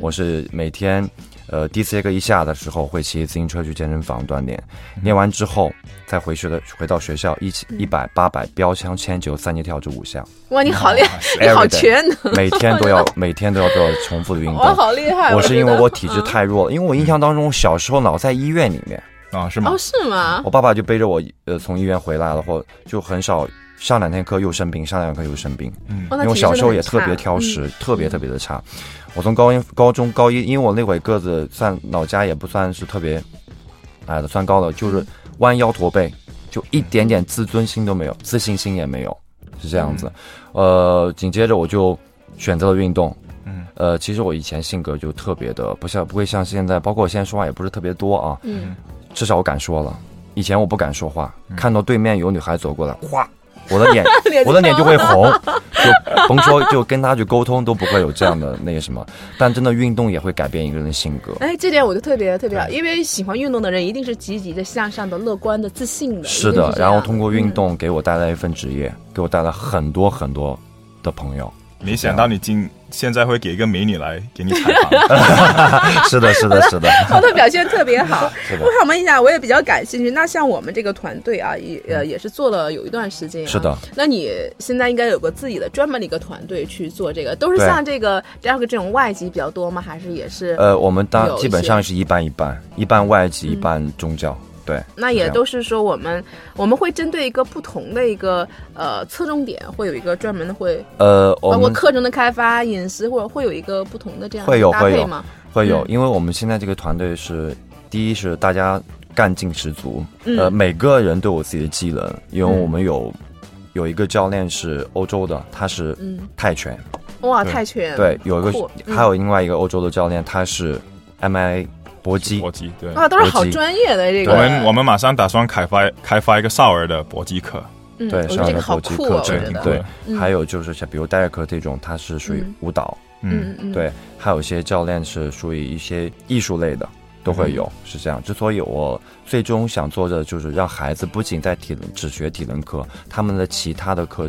我是每天，呃，低切个一下的时候会骑自行车去健身房锻炼，嗯练完之后再回学的回到学校一起一百八百标枪铅球三级跳这 五项，哇，你好厉嗯啊害，你好嗯 Everyday 全能，每天都要每天都要做重复的运动。哇，好厉害！我是觉因为得我体质太弱了，因为我印象当中，我小时候老在医院里面，啊，是吗哦，？是吗？我爸爸就背着我，呃，从医院回来了，或就很少上两天课又生病，上两天课又生病，嗯哇因为我小时候也特别嗯挑，食，特别特别的差。我从高一、高中、高一，因为我那会个子算老家也不算是特别矮的，算高的，就是弯腰驼背，就一点点自尊心都没有，自信心也没有，是这样子。呃，紧接着我就选择了运动。嗯，呃，其实我以前性格就特别的不像不会像现在，包括我现在说话也不是特别多啊，嗯，至少我敢说了。以前我不敢说话，看到对面有女孩走过来，哗，我 的脸脸我的脸就会红，就甭说就跟她去沟通都不会有这样的那个什么。但真的运动也会改变一个人的性格， 哎，这点我就特别特别好，因为喜欢运动的人一定是积极的、向上的、乐观的、自信的。是一定的。这样嗯然后通过运动给我带来一份职业，给我带来很多很多的朋友， 没想到你今现在会给一个美女来给你采访。 是的，是的，是的，我的表现特别好。 是的我，想问一下，我也比较感兴趣。那像我们这个团队啊，也呃也是做了有一段时间、啊。嗯是的。那你现在应该有个自己的专门的一个团队去做这个，都是对像这个 Jack 这种外籍比较多吗？还是也是？呃，我们有当一基本些嗯上是一半一半，一半外籍，一半宗教。对，那是这也样都是说我们我们会针对一个不同的一个呃侧重点，会有一个专门的会呃，我包括们啊课程的开发、饮食，或者会有一个不同的这样的会有搭配会有吗？会有，嗯因为我们现在这个团队是，第一是大家干劲十足，嗯呃，每个人都有自己的技能，因为嗯我们有、有一个教练是欧洲的，他是嗯，泰拳，哇，对泰拳对，有一酷个嗯还有另外一个欧洲的教练，他是 MMA 搏击搏，击，对，哇，嗯啊都是好搏击专业的这个。我们我们马上打算开发开发一个少儿的搏击课，嗯对我觉上得这了个好搏击酷课啊，我程觉得。对，嗯还有就是像比如戴尔克这种，他是属于嗯舞蹈，嗯，嗯嗯，对，还有一些教练是属于一些艺术类的，都会嗯有，是这样。之所以我最终想做的就是让孩子不仅在体能只学体能课，他们的其他的课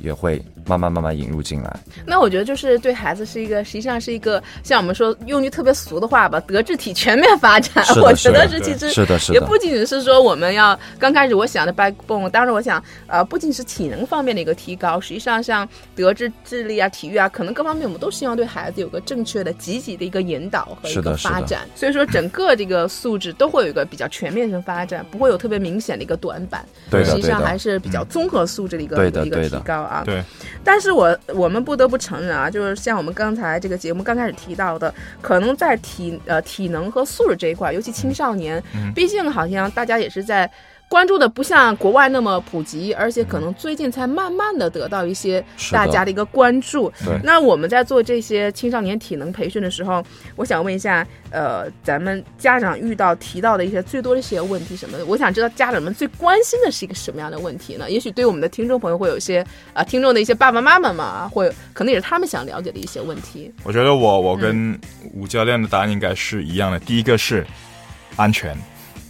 也会慢慢慢慢引入进来。那我觉得就是对孩子是一个，实际上是一个像我们说用句特别俗的话吧，德智体全面发展。是的我觉得是的其实是的，是也的，不仅仅是说我们要刚开始我想的 backbone，当时我想呃不仅是体能方面的一个提高，实际上像德智、智力啊、体育啊，可能各方面我们都希望对孩子有个正确的、积极的一个引导和一是个的发展。所以说整个这个素质都会有一个比较全面性发展，不会有特别明显的一个短板。对的实际上对的还是比较综合素质的一个、对的一个对提的高啊。对，但是我我们不得不承认啊，就是像我们刚才这个节目刚开始提到的，可能在体呃体能和素质这一块，尤其青少年，嗯毕竟好像大家也是在。关注的不像国外那么普及，而且可能最近才慢慢的得到一些嗯是的大家的一个关注。对那我们在做这些青少年体能培训的时候，我想问一下，呃，咱们家长遇到提到的一些最多的一些问题什么的，我想知道家长们最关心的是一个什么样的问题呢？也许对我们的听众朋友会有一些啊、听众的一些爸爸妈妈嘛，会可能也是他们想了解的一些问题。我觉得我我跟吴教练的答案应该是一样的。第一个是安全，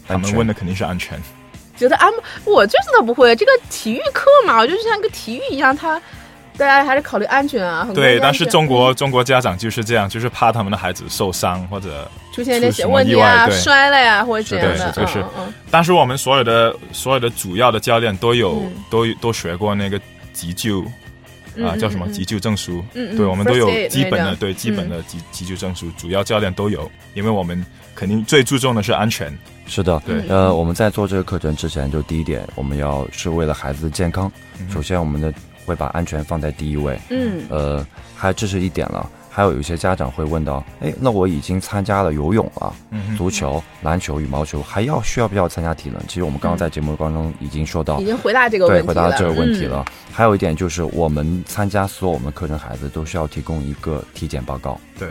他安们全问的肯定是安全。觉得安，我就是都不会这个体育课嘛，我就是像一个体育一样，它大家还是考虑安全啊。很关对，心但安是全中国中国家长就是这样，就是怕他们的孩子受伤或者出现一点出小什么问意题外啊，对摔了呀、或者怎样是的，的是的嗯嗯嗯但是我们所有的所有的主要的教练都有、嗯都有都学过那个急救嗯啊、嗯叫什么嗯急救证书，嗯嗯对我们 first 都有 aid 基本那的种对基本嗯的急、急救证书，主要教练都有，因为我们肯定最注重的是安全，是的，嗯对呃，我们在做这个课程之前，就第一点，我们要是为了孩子的健康，首先我们的会把安全放在第一位。嗯呃，还这是一点了。还有有些家长会问到，哎，那我已经参加了游泳了，嗯哼，足球、篮球、羽毛球，还要需要不要参加体能？其实我们刚刚在节目当中已经说到，嗯已经回答这个问对，题回答了了这个问题嗯了。还有一点就是，我们参加所有我们课程孩子都是要提供一个体检报告，对，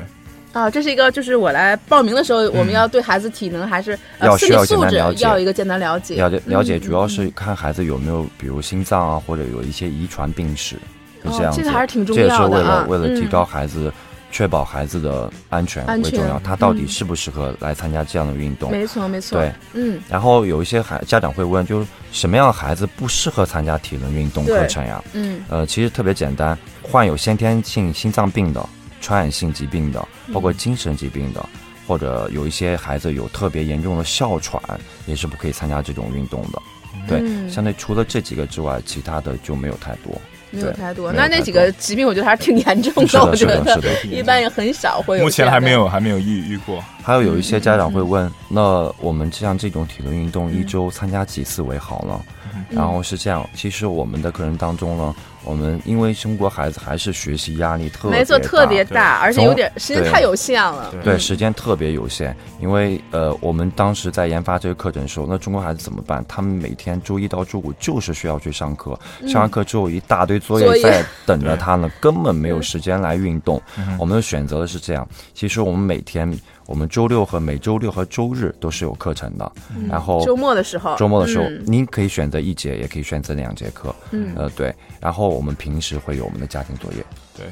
啊，这是一个，就是我来报名的时候，我们要对孩子体能还是呃嗯要身需体要简素单质了解要有一个简单了解，了解了解，主要嗯是看孩子有没有比如心脏啊，或者有一些遗传病史，是哦这样这子。个还是挺重这也是要的啊为了为了提嗯高孩子。确保孩子的安全安为重要，全他到底嗯适不适合来参加这样的运动？没错没错，对，嗯，然后有一些孩家长会问，就是什么样的孩子不适合参加体能运动课程呀？嗯呃，其实特别简单，患有先天性心脏病的、传染性疾病的，包嗯括精神疾病的，或者有一些孩子有特别严重的哮喘，也是不可以参加这种运动的。对，嗯相对除了这几个之外，其他的就没有太多。没有对太多。没有那那太几多个疾病，我觉得还是挺严重是我的，觉是的，得是的。一般也很少会有。目前还没。有还没有遇遇过，还有有一些家长嗯会问，那我们像这种体能运动一周参加几次为好呢？嗯然后是这样，其实我们的课程当中呢，我们因为中国孩子还是学习压力特别没错，特别大大，而且从有点时间对太有限了。对对时间特别有限，因为呃，我们当时在研发这个课程的时候，那中国孩子怎么办？他们每天周一到周五就是需要去上课，嗯上完课之后一大堆作作业业在等着他呢，根本没有时间来运动。嗯我们选择的是这样，其实我们每天，我们周六和每周六和周日都是有课程的，然后嗯周末的时候，哦周末的时候，哦嗯您可以选择一节，也可以选择两节课。嗯，呃，对。然后我们平时会有我们的家庭作业对，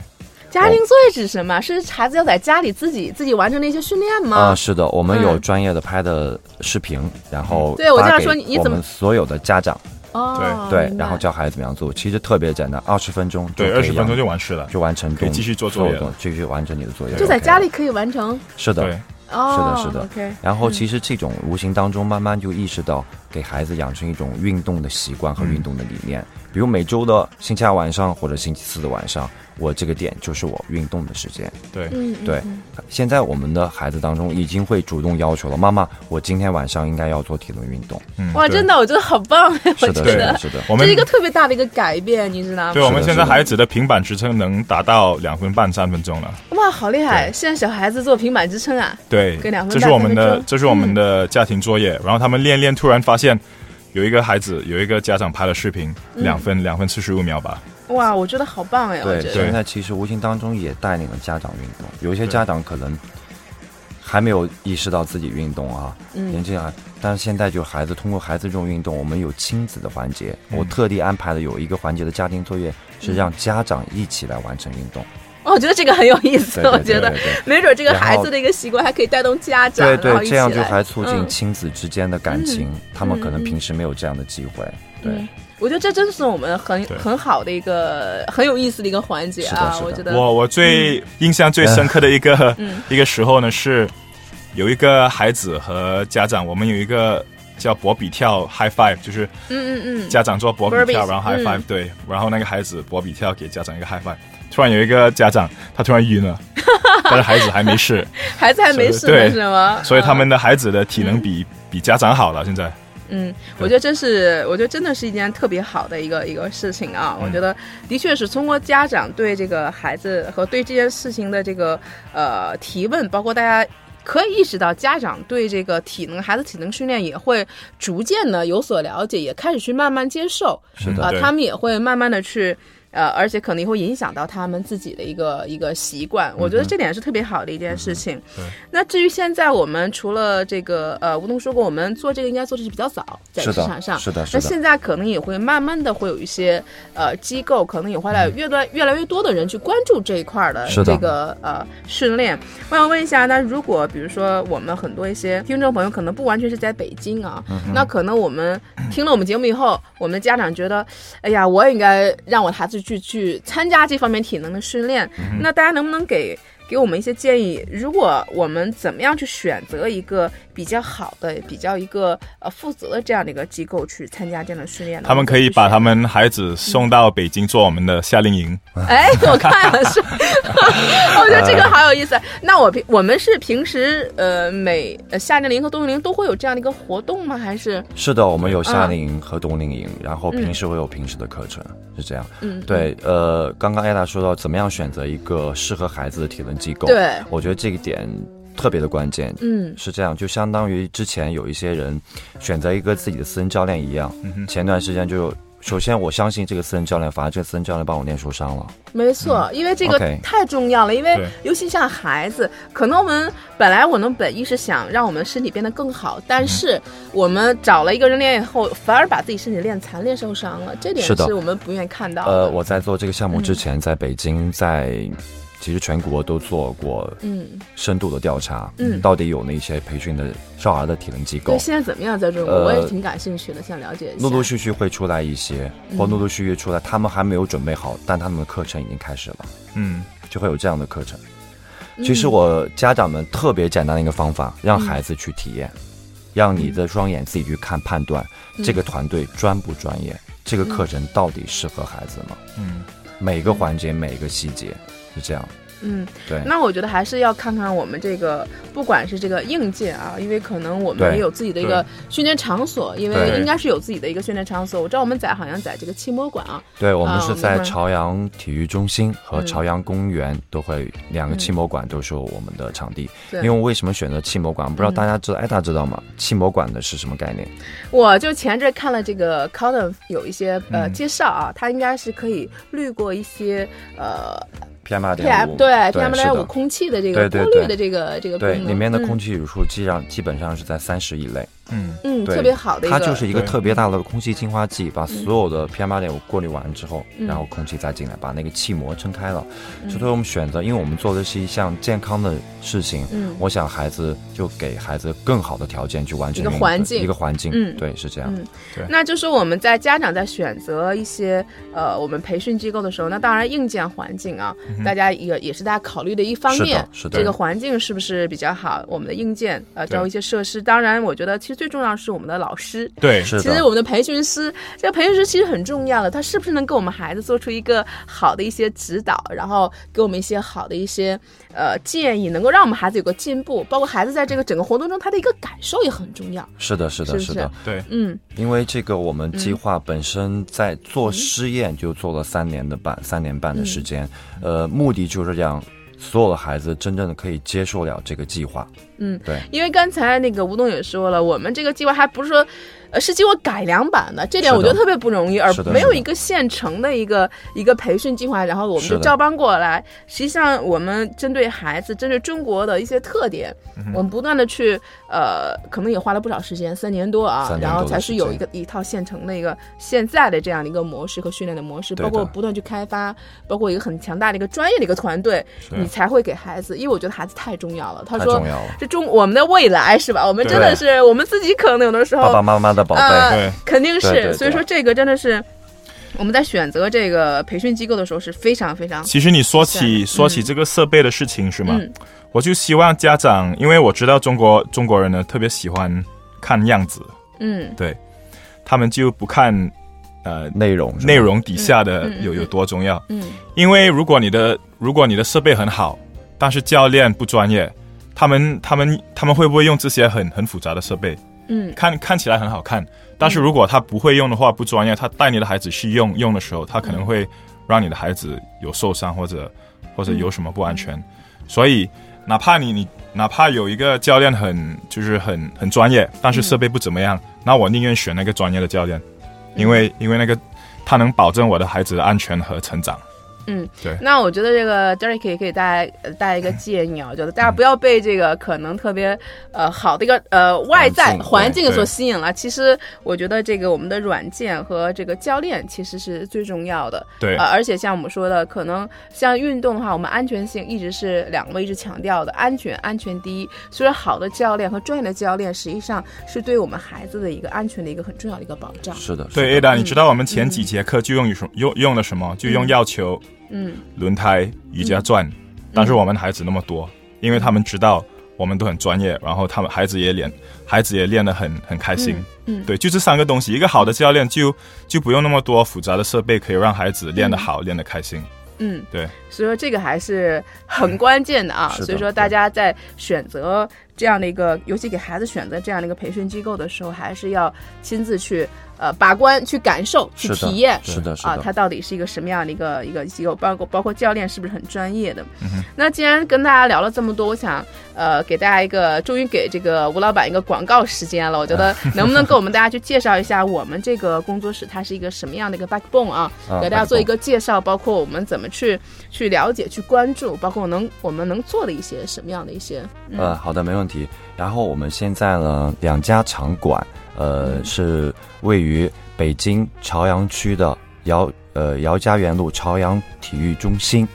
家庭作业指什么？是孩子要在家里自己自己完成的一些训练啊、吗？是的，我们有嗯专业的拍的视频，然后对我就发要给说你你我怎么们所有的家长哦，对，明白然后教孩子怎么样做，其实特别简单，二十分钟就对，可二以啊十分钟让就完事了。就完成动，可以继续做作业了所有动继续完成你的作业，就在 OK 家里可以完成。是的，对，哦，是的 OK，然后其实这种无形当中慢慢就意识到，给孩子养成一种运动的习惯和运动的理念。比如每周的星期二晚上或者星期四的晚上，我这个点就是我运动的时间。对，嗯，嗯对，现在我们的孩子当中已经会主动要求了，妈妈，我今天晚上应该要做体能运动。嗯，哇，对真。的，我觉得好棒，啊我是觉得的，是对的，是的。我这们是一个特别大的一个改变，你知道对吗？我们是的现在是的孩子的平板支撑能达到两分半三分钟了。哇，好厉害！现在小孩子做平板支撑啊，对给两，分这半是我们三分的钟这是我们的家庭作业。然后他们练练，突然发现有一个孩子有一个家长拍了视频，嗯两分两分四十五秒吧。哇，我觉得好棒哎，我对，觉得现在其实无形当中也带领了家长运动。有一些家长可能还没有意识到自己运动啊，嗯年轻啊，但是现在就孩子通过孩子这种运动，我们有亲子的环节，我特地安排了有一个环节的家庭作业嗯是让家长一起来完成运动。哦我觉得这个很有意思，对我对觉对得对对。没准这个然后孩子的一个习惯还可以带动家长，对然后一对，起这样就来还促进嗯亲子之间的感情，他们可能平时没有这样的机会。嗯我觉得这真是我们很对很好的一个很有意思的一个环节是的啊是！的我觉得，我我最印象最深刻的一个、嗯一个时候呢，是有一个孩子和家长，我们有一个叫博比跳 high five，就是嗯嗯嗯，家长做博比跳， Burpees，然后 high five，、嗯对，然后那个孩子博比跳给家长一个 high five，突然有一个家长他突然晕了，但是孩子还没 事，孩子还没事呢，对是吗？所以他嗯们的孩子的体能比、比家长好了，现在嗯，我觉得真是，我觉得真的是一件特别好的一个一个事情嗯啊！我觉得的确是通过家长对这个孩子和对这件事情的这个呃提问，包括大家。可以意识到，家长对这个体能、孩子体能训练也会逐渐的有所了解，也开始去慢慢接受。是的啊，对他们也会慢慢的去，呃，而且可能会影响到他们自己的一个一个习惯。我嗯觉得这点是特别好的一件事情。对那至于现在我们除了这个，呃，吴东说过，我们做这个应该做的是比较早，在市是的场上。是的是那的现在可能也会慢慢的会有一些呃机构，可能也会嗯来越来越来越多的人去关注这一块儿的是的这个呃训练。我想问一下，那如果比如说我们很多一些听众朋友可能不完全是在北京啊，嗯那可能我 们听了我们节目以后，我们的家长觉得，哎呀，我也应该让我的孩子去去参加这方面体能的训练。嗯那大家能不能给给我们一些建议？如果我们怎么样去选择一个比较好的、比较一个呃负责的这样的一个机构去参加这样的训练呢？他们可以把他们们孩子送到北京做我们的夏令营。哎，我看了 是，我觉得这个好有意思。那我平我们是平时呃每呃夏令营和冬令营都会有这样的一个活动吗？还是是的，我们有夏嗯令营和冬令营，然后平时会有平时的课程，是这样。嗯对，呃，刚刚艾达说到怎么样选择一个适合孩子的体能机构，对我觉得这一点特别的关键。嗯是这样，就相当于之前有一些人选择一个自己的私人教练一样。嗯嗯前段时间就有，首先我相信这个私人教练，反而这个私人教练把我练受伤了。没错，因为这个嗯 OK 太重要了。因为对尤其像孩子，可能我们本来我们本意是想让我们身体变得更好，但嗯是我们找了一个人练以后，反而把自己身体练残、练受伤了，这点是的我们不愿意看到的。嗯呃，我在做这个项目之前，在北京，在其实全国都做过嗯，深度的调查，嗯到底有哪些培训的少儿的体能机构对，？现在怎么样在这种，呃我也挺感兴趣的，想了解一下。陆陆续续会出来一些，嗯或陆陆续续出来，他们还没有准备好，但他们的课程已经开始了，嗯，就会有这样的课程。嗯其实我家长们特别简单的一个方法，让孩子去体验，让你的双眼自己去看判断，嗯这个团队专不专业，这个课程到底适合孩子吗？嗯，每个环节每个细节是这样，嗯，对，那我觉得还是要看看我们这个，不管是这个硬件啊，因为可能我们对也有自己的一个训练场所，因为对应该是有自己的一个训练场所。我知道我们在好像在这个汽摩馆啊，对我啊们是我明在白朝阳体育中心和嗯朝阳公园都会两个汽摩馆都是我们的场地。对嗯因为为什么选择汽摩馆？不知道大家知道，哎，大家知道吗？汽摩馆的是什么概念？我就前阵看了这个 Cotton 有一些嗯呃介绍啊，它应该是可以滤过一些呃 PM 二 PM 点对 PM 对，二点是五的，空气的这个对对过滤对的这个这个对，功能里面的嗯空气指数基上基本上是在三十以内，嗯，嗯，对特别好的一个，它就是一个对特别大的空气净化器，把所有的 PM 二点五过滤完之后，嗯然后空气再进来，把那个气膜撑开了。嗯所以我们选择，因为我们做的是一项健康的事情，嗯我想孩子就给孩子更好的条件去完成一个运动环境一个环境，嗯对，是这样。嗯那就是我们在家长在选择一些呃我们培训机构的时候，那当然硬件环境啊，大家也也是大家考虑的一方面。嗯是的，是的，这个环境是不是比较好？我们的硬件呃，对招一些设施。当然，我觉得其实最重要的是我们的老师。对，是其实的我。们的培训师，这个培训师其实很重要的，他是不是能给我们孩子做出一个好的一些指导，然后给我们一些好的一些呃建议，能够让我们孩子有个进步，包括孩子在这个整个活动中他的一个感受也很重要。是的，是是的，不是的，对，嗯因为这个我们计划本身在做试验就做了三年的半，三年半的嗯时间，呃，目的就是让所有的孩子真正的可以接受了这个计划，嗯，对，因为刚才那个吴董也说了，我们这个计划还不是说，呃，是经过改良版的，这点我是觉的得特别不容易，而是的没有是的一个现成的一个一个培训计划，然后我们是就的照搬过来。实际上，我们针对孩子，针对中国的一些特点，嗯我们不断的去，呃，可能也花了不少时间，三年多啊，三年多的然后才时是间有一个一套现成的一个现在的这样的一个模式和训练的模式，对包括的不断去开发，包括一个很强大的一个专业的一个团队，啊你才会给孩子，因为我觉得孩子太重要了。他太说重。要了。这中我们的未来是吧？我们真的是我们自己可能有的时爸爸候妈妈的宝贝，啊对，肯定对对是，对所以说这个真的是我们在选择这个培训机构的时候是非常非常其实你说是啊起说起这个设备的事情是吗？嗯我就希望家长，因为我知道中国中国人呢特别喜欢看样子，嗯他们就不看呃内容是吧内容底下的嗯嗯嗯有嗯有多重要。嗯因为如果你的如果你的设备很好，但是教练不专业，他们他们他们会不会用这些很很复杂的设备？嗯看看起来很好看，嗯但是如果他不会用的话，不专业，他带你的孩子去用用的时候，他可能会让你的孩子有受伤或者或者有什么不嗯安全。所以，哪怕你你哪怕有一个教练很就是很很专业，但是设备不怎么样，嗯那我宁愿选那个专业的教练，因为因为那个他能保证我的孩子的安全和成长。嗯。对那我觉得这个 Derek 也给大家呃带一个建议啊，我觉得大家不要被这个可能特别呃好的一个呃外在环境环境对所吸引了。其实我觉得这个我们的软件和这个教练其实是最重要的。对，呃，而且像我们说的，可能像运动的话，我们安全性一直是两位一直强调的，安全安全第一。所以好的教练和专业的教练，实际上是对我们孩子的一个安全的一个很重要的一个保障。是的，对是的嗯 Ada，你知道我们前几节课就用于什用用了什么？就用药球、嗯轮胎、瑜伽转，但是我们孩子那么多，因为他们知道我们都很专业，然后他们孩子也练，孩子也练得很很开心。嗯嗯对，就这三个东西，一个好的教练就就不用那么多复杂的设备，可以让孩子练得好，练得开心。嗯，对，所以说这个还是很关键的啊。是的所以说大家在选择这样的一个，尤其给孩子选择这样的一个培训机构的时候，还是要亲自去呃把关、去感受、去是的体验。是的，是啊，的，它到底是一个什么样的一个一个机构，包括包括教练是不是很专业的。嗯那既然跟大家聊了这么多，我想呃给大家一个，终于给这个吴老板一个广告时间了。我觉 得能不能给我们大家去介绍一下我们这个工作室它是一个什么样的一个 backbone 啊？啊给大家做一，拜个介绍，包括我们怎么去去了解、去关注，包括我能我们能做的一些什么样的一些托呃，好的，没问题。然后我们现在呢，两家场馆，呃，是位于北京朝阳区的姚呃姚家园路朝阳体育中心，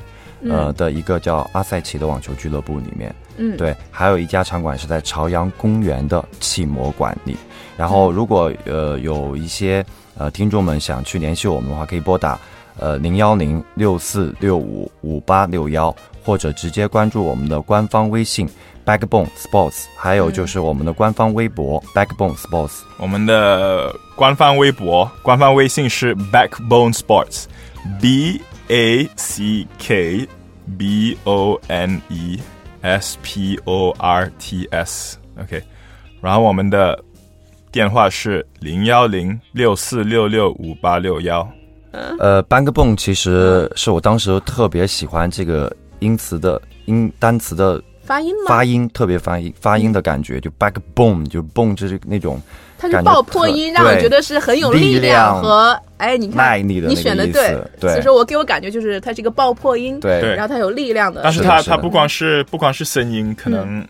呃嗯的一个叫阿塞奇的网球俱乐部里面。嗯对，还有一家场馆是在朝阳公园的气魔馆里。然后，如果呃有一些呃听众们想去联系我们的话，可以拨打呃零幺零六四六五五八六幺，或者直接关注我们的官方微信 Backbone Sports，还有就是我们的官方微博 Backbone Sports。我们的官方微博、官方微信是 Backbone Sports，B A C K B O N E S P O R T S，OK、然后我们的电话是零幺零六四六六五八六幺。呃，backbone 其实是我当时特别喜欢这个音词的音单词的发音吗？发音，特别发音发音的感觉，就 backbone，就 bone 就是那种。它是感觉爆破音，特让我对觉得是很有力量量和哎，你看耐力的你那个选的意对思，对所以说我给我感觉就是它是一个爆破音，对对然后它有力量的，但是是的它是它的嗯不光是不光是声音，可能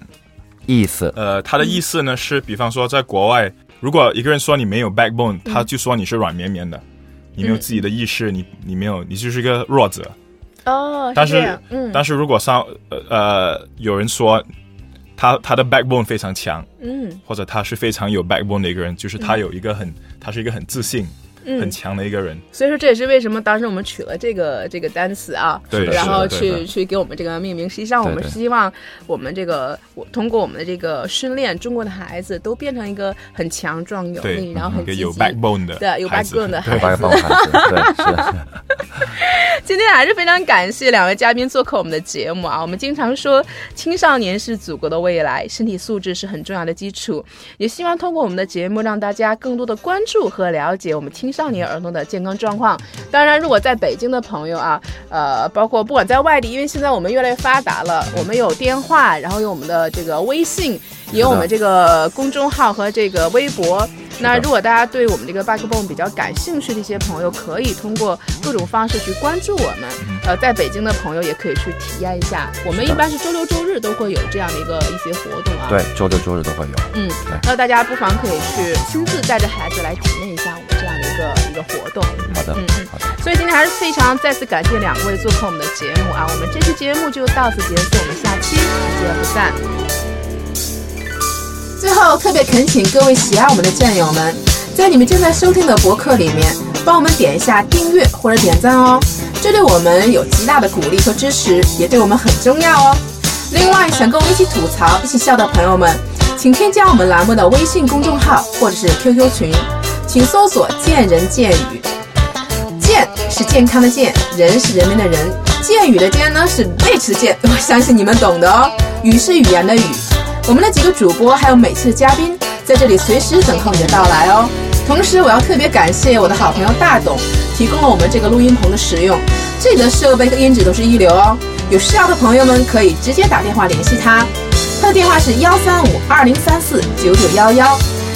意思，呃，它的意思呢是，比方说在国外，如果一个人说你没有 backbone，他嗯就说你是软绵绵的，你没有自己的意识，你你没有，你就是一个弱者。哦，但这是样，嗯但是如果上呃呃有人说他他的 backbone 非常强，嗯或者他是非常有 backbone 的一个人，就是他有一个很、他是一个很自信、很嗯，强的一个人。所以说这也是为什么当时我们取了这个这个单词啊，对然后是的对去的去给我们这个命名。实际上，我们对对希望我们这个我通过我们的这个训练，中国的孩子都变成一个很强壮有对嗯力，然后一很个积极有 backbone 的对有孩子 backbone 的对孩吧？子一。帮孩子，对，是。今天还是非常感谢两位嘉宾做客我们的节目啊！我们经常说青少年是祖国的未来，身体素质是很重要的基础，也希望通过我们的节目让大家更多的关注和了解我们青少年儿童的健康状况。当然，如果在北京的朋友啊，呃，包括不管在外地，因为现在我们越来越发达了，我们有电话，然后有我们的这个微信，也有我们这个公众号和这个微博。那如果大家对我们这个 Backbone 比较感兴趣的一些朋友，可以通过各种方式去关注我们。嗯呃，在北京的朋友也可以去体验一下。我们一般是周六周日都会有这样的一个一些活动啊。对，周六周日都会有。嗯对，那大家不妨可以去亲自带着孩子来体验一下我们这样的一个一个活动。好的嗯，嗯好的，所以今天还是非常再次感谢两位做客我们的节目啊，我们这期节目就到此结束，我们下期不见不散。最后特别恳请各位喜爱我们的战友们，在你们正在收听的博客里面，帮我们点一下订阅或者点赞哦，这对我们有极大的鼓励和支持，也对我们很重要哦。另外，想跟我们一起吐槽、一起笑的朋友们，请添加我们栏目的微信公众号或者是 QQ 群，请搜索“见人见语”。健是健康的健，人是人民的人，健语的健呢是 bitch 的健， 我相信你们懂的哦。语是语言的语，我们的几个主播还有每次的嘉宾在这里随时等候你的到来哦。同时，我要特别感谢我的好朋友大董提供了我们这个录音棚的使用，这里的设备和音质都是一流哦。有需要的朋友们可以直接打电话联系他，他的电话是幺三五二零三四九九幺幺，